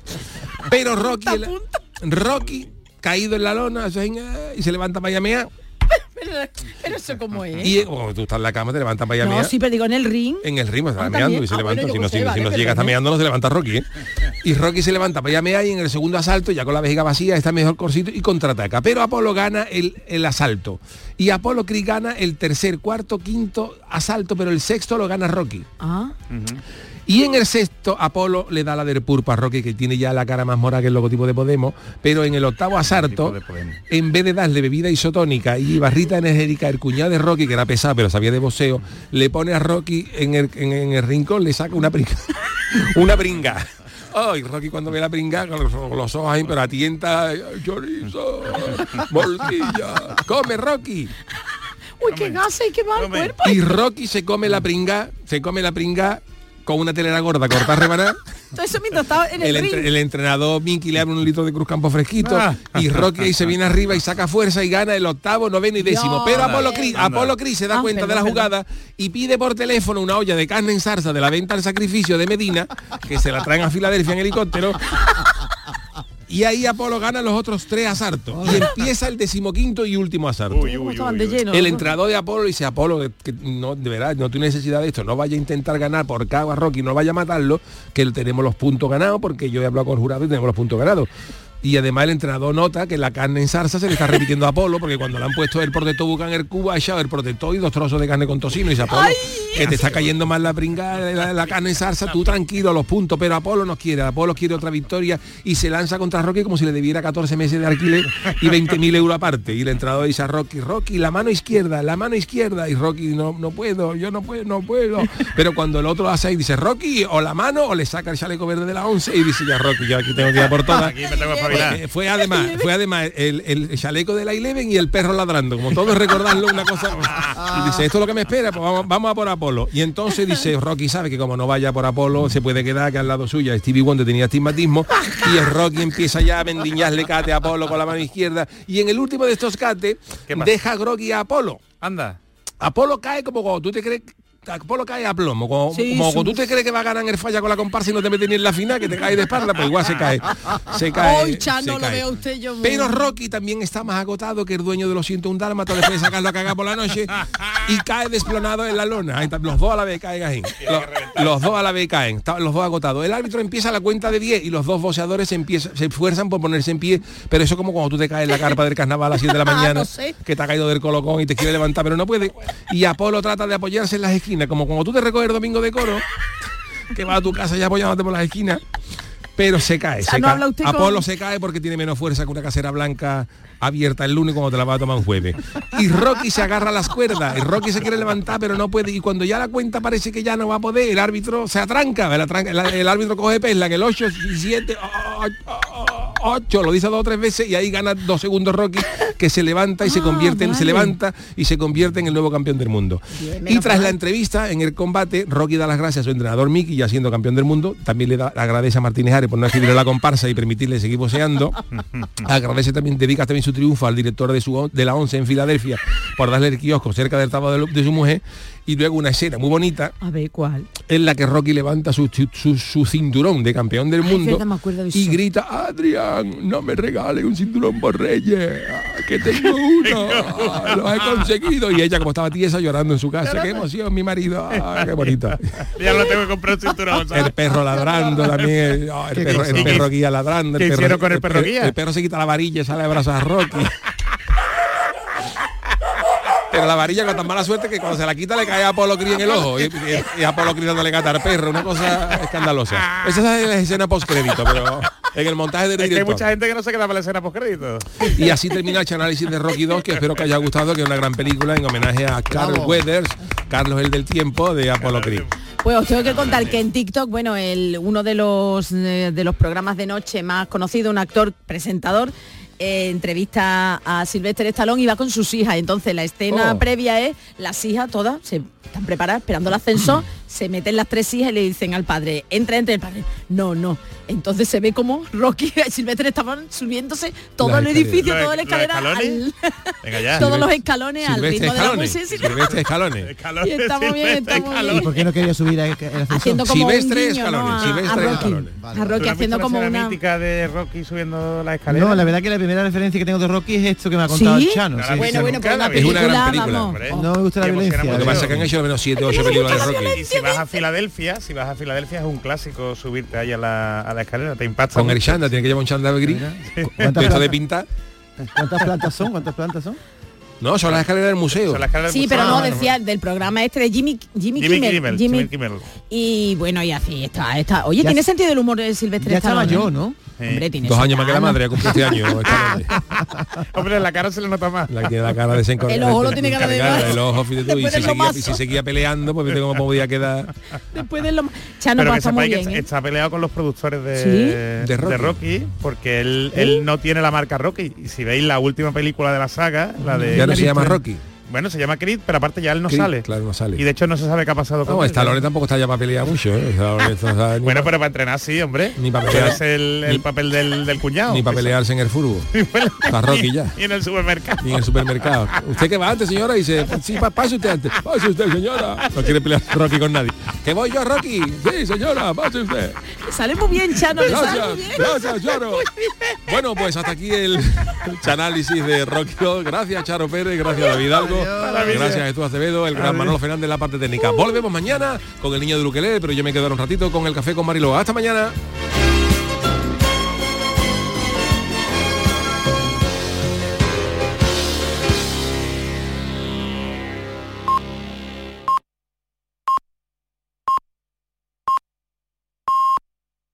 G: Pero Rocky, el- Rocky caído en la lona, seña, y se levanta para llamea.
H: pero, pero eso como es.
G: Y oh, tú estás en la cama, te levantas para llamea.
H: ¿Eh? no, sí, pero digo en el ring.
G: En el ritmo, está
H: Ah,
G: meando
H: también.
G: y se
H: Ah,
G: levanta.
H: bueno,
G: si
H: yo qué
G: no,
H: sé,
G: si- si
H: vale,
G: nos
H: perdón,
G: llega, está
H: ¿eh?
G: meando, no se levanta Rocky. ¿eh? Y Rocky se levanta para allá mear y en el segundo asalto, ya con la vejiga vacía, está mejor corcito y contraataca. Pero Apolo gana el, el asalto. Y Apolo Creed gana el tercer, cuarto, quinto asalto, pero el sexto lo gana Rocky.
H: Ah.
G: Y en el sexto, Apolo le da la del purpa a Rocky, que tiene ya la cara más mora que el logotipo de Podemos, pero en el octavo asalto, en vez de darle bebida isotónica y barrita energética, el cuñado de Rocky, que era pesado, pero sabía de boxeo, le pone a Rocky en el, en- en el rincón, le saca una pringa. una pringa. Ay, Rocky cuando ve la pringa, con los, con los ojos ahí, pero atienta, chorizo, bolsilla, come Rocky.
H: Uy, qué gasa y qué mal cuerpo.
G: Y Rocky se come la pringa, se come la pringa con una telera gorda, corta rebanada.
H: Todo eso mientras estaba en el,
G: El, entre-
H: ring.
G: el entrenador Minky le abre un litro de Cruzcampo fresquito
H: Ah.
G: y Rocky ahí se viene arriba y saca fuerza y gana el octavo, noveno y décimo.
H: Dios.
G: Pero Apolo Cris,
H: Anda.
G: Apolo Cris se da
H: Ah,
G: cuenta
H: perdón,
G: de la
H: perdón.
G: jugada y pide por teléfono una olla de carne en salsa de la venta al sacrificio de Medina, que se la traen a Filadelfia en helicóptero. Y ahí Apolo gana los otros tres asaltos. Y empieza el decimoquinto y último asalto.
H: ¿Cómo estaban de lleno?
G: El entrenador de Apolo dice, Apolo, que- que no, de verdad, no tiene necesidad de esto, no vaya a intentar ganar por cago a Rocky, no vaya a matarlo, que tenemos los puntos ganados, porque yo he hablado con el jurado y tenemos los puntos ganados. Y además el entrenador nota que la carne en salsa se le está repitiendo a Apolo, porque cuando le han puesto el protector bucan el cubo, ha echado el protector y dos trozos de carne con tocino, y dice Apolo, que te está cayendo más la pringada, la, la carne en salsa, tú tranquilo a los puntos, pero Apolo nos quiere, Apolo quiere otra victoria y se lanza contra Rocky como si le debiera 14 meses de alquiler y 20.000 euros aparte. Y el entrenador dice a Rocky, Rocky, la mano izquierda, la mano izquierda, y Rocky, no, no puedo, yo no puedo, no puedo. Pero cuando el otro hace y dice, Rocky, o la mano, o le saca el chaleco verde de la 11 y dice, ya Rocky, yo aquí tengo que ir a por todas.
M: Aquí me tengo que espabilar.
G: Porque Fue además, fue además el, el chaleco de la Eleven y el perro ladrando. Como todos recordarlo una cosa. Y dice, esto es lo que me espera, pues vamos, vamos a por Apolo. Y entonces dice, Rocky sabe que como no vaya por Apolo, se puede quedar que al lado suya Stevie Wonder tenía astigmatismo. Y el Rocky empieza ya a mendiñarle cate a Apolo con la mano izquierda. Y en el último de estos cates, deja a Rocky a Apolo. Anda. Apolo cae como cuando tú te crees. Apolo cae a plomo, como,
S: Sí,
G: como
S: sí.
G: cuando tú te crees que va a ganar en el falla con la comparsa y no te mete ni en la final, que te cae de espalda, pues igual se cae.
H: Ah,
G: Se cae.
H: Hoy, Chan,
G: se
H: no lo
G: cae.
H: veo a usted yo. muy-
G: Pero Rocky también está más agotado que el dueño de los 101 dálmatas después de sacarlo a cagar por la noche y cae desplonado en la lona. Ahí está, Los dos a la vez caen ahí. Los, los dos a la vez caen, está- los dos agotados. El árbitro empieza la cuenta de 10 y los dos boxeadores empieza- se esfuerzan por ponerse en pie, pero eso es como cuando tú te caes en la carpa del carnaval a las 7 de la
H: Ah,
G: mañana,
S: No sé.
G: que te ha caído del colocón y te quiere levantar, pero no puede. Y Apolo trata de apoyarse en las esquinas, como cuando tú te recoges el domingo de coro, que vas a tu casa ya apoyándote por las esquinas. Pero se cae.
H: sea,
G: se
H: Ah, no
G: cae.
H: habla usted con-
G: Apolo se cae porque tiene menos fuerza que una casera blanca abierta el lunes cuando te la va a tomar un jueves. Y Rocky se agarra a las cuerdas. Y Rocky se quiere levantar, pero no puede. Y cuando ya la cuenta parece que ya no va a poder, el árbitro se atranca. El, atranca- el- el árbitro coge perla, que el 8, 7, 8, lo dice dos o tres veces y ahí gana dos segundos Rocky, que se levanta y
H: Ah,
G: se convierte en, se levanta y se convierte en el nuevo campeón del mundo. Y tras la entrevista, en el combate, Rocky da las gracias a su entrenador Mickey, ya siendo campeón del mundo. También le da, agradece a Martínez Ares por no escribirle la comparsa y permitirle seguir boceando. Agradece también, dedica también su triunfo al director de, su, de la ONCE en Filadelfia por darle el kiosco cerca del trabajo de, lo- de su mujer. Y luego una escena muy bonita
H: A ver, ¿cuál?
G: en la que Rocky levanta su, su- su cinturón de campeón del
H: Ay,
G: mundo
H: verdad, me acuerdo de
G: y
H: eso.
G: grita, Adrián, no me regales un cinturón por Reyes, Ah, que tengo uno, ah, lo he conseguido. Y ella como estaba tiesa llorando en su casa, qué emoción, mi marido, ah, qué bonita.
M: Ya lo tengo que comprar un cinturón. ¿sabes?
G: El perro ladrando también, el, ah, el
M: ¿Qué
G: perro, el
M: cosa?
G: perro guía ladrando.
M: ¿Qué
G: perro-
M: hicieron con el perro
G: per-
M: guía?
G: El perro se quita la varilla y sale a abrazar a Rocky. Pero la varilla con tan mala suerte que cuando se la quita le cae a Apolo Cris en el ojo. Y, y- y Apolo Cris dándole gata al perro. Una cosa escandalosa. Esa es la escena postcrédito, pero en el montaje del
M: Es que hay
G: director.
M: mucha gente que no se queda para la escena post crédito.
G: Y así termina el análisis de Rocky 2, que espero que haya gustado, que es una gran película en homenaje a Carl
H: Bravo.
G: Weathers, Carlos el del tiempo, de Apolo Cris.
H: Pues os tengo que contar que en TikTok, bueno, el, uno de los, eh, de los programas de noche más conocido, un actor presentador, eh, entrevista a Sylvester Stallone y va con sus hijas. Entonces la escena
S: Oh.
H: previa es las hijas todas se están preparadas esperando el ascensor, se meten las tres hijas y le dicen al padre, entra, entra el padre. No, no. Entonces se ve como Rocky y Sylvester estaban subiéndose todo
G: Las
H: el
G: escaleras.
H: edificio,
G: Los
H: toda la
G: es-
H: escalera,
G: los escalones.
H: al-
G: Venga ya.
H: todos los escalones al
G: Silvestre
H: ritmo de la
G: Escalones.
H: música.
G: Silvestre Escalones.
H: Y estamos bien, estamos bien.
I: ¿Y por qué no quería subir a- el ascensor?
H: Haciendo como un guiño, ¿no? a, a Rocky, a Rocky
M: ¿Tú no has
H: haciendo
M: visto
H: como
M: la escena
H: una...
M: mítica de Rocky subiendo la escalera?
I: No, la verdad que la primera referencia que tengo de Rocky es esto que me ha contado
M: ¿Sí?
I: el Chano.
M: No la
I: sí,
M: he visto
I: sí.
M: Bueno,
H: pues
M: nunca, bueno, la
G: Es una gran película.
I: No me gusta la violencia.
G: Lo que pasa es que han hecho al menos 7 o 8 películas de Rocky.
M: Y si vas a Filadelfia, si vas a Filadelfia es un clásico subirte ahí a la, a la escalera, te impacta.
G: Con el
M: mucho.
G: chándal, tiene que llevar un chándal gris.
M: ¿Cuántas
G: De esto de
M: plantas?
G: pintar.
I: ¿Cuántas plantas son? ¿Cuántas plantas son?
G: No, son las escaleras del museo. Ah,
H: Sí, pero no decía del programa este de Jimmy Ah, Jimmy, Kimmel, Jimmy- y bueno y así está está. Oye,
I: Ya
H: tiene
I: es-
H: sentido el humor de Silvestre
I: ya estaba
H: Stallone,
I: yo,
H: ¿eh?
I: ¿no?
H: Hombre, tiene
G: Dos
H: su
G: años más que la
H: edad, ¿no?
G: madre, ha cumplido este año. Escalones.
M: Hombre, la cara se le nota más.
G: La, tiene la cara desencornada.
H: El ojo lo tiene cara de
G: Cargada,
H: más.
G: El ojo, fíjate tú. Y
H: Después
G: si
H: del
G: seguía,
H: lomazo.
G: y si seguía peleando, pues viste cómo podía quedar.
H: Después de lo Chano
M: pero
H: pues,
M: que
H: está muy
M: sepáis que
H: bien.
M: está-
H: ¿eh?
M: está peleado con los productores de,
H: ¿Sí?
M: de
G: De
M: Rocky.
G: Rocky.
M: porque él,
G: ¿Sí?
M: él no tiene la marca Rocky. Y si veis la última película de la saga, la de...
G: Mm. Ya no se
M: Creed
G: llama
M: tres.
G: Rocky.
M: Bueno, se llama Creed, pero aparte ya él no
G: Creed,
M: sale.
G: Claro, no sale.
M: Y de hecho no se sabe qué ha pasado con
G: No,
M: él.
G: Stallone Pues tampoco está ya para pelear mucho. ¿eh? Stallone no sabe ni
M: Bueno, pero para entrenar sí, hombre.
G: Ni para
M: Pero
G: pelear.
M: es el, el
G: Ni-
M: papel del, del cuñado.
G: ni para
M: Eso.
G: pelearse en el furbo. Está Rocky ya.
M: Y en el supermercado.
G: Y en el supermercado. Usted que va antes, señora, y dice, sí, pa- pase usted antes. Pase usted, señora. No quiere pelear Rocky con nadie. Que voy yo, Rocky. Sí, señora, pase usted.
H: Sale muy bien Chano, le sale muy bien.
G: Gracias, gracias, Charo. Bueno, pues hasta aquí el análisis de Rocky. Gracias, Charo Pérez, gracias, David Algo. Gracias, a Jesús Acevedo, el gran Manolo Fernández de la parte técnica. Volvemos mañana con el niño de Luquelé, pero yo me quedaré un ratito con el café con Mariló. Hasta mañana.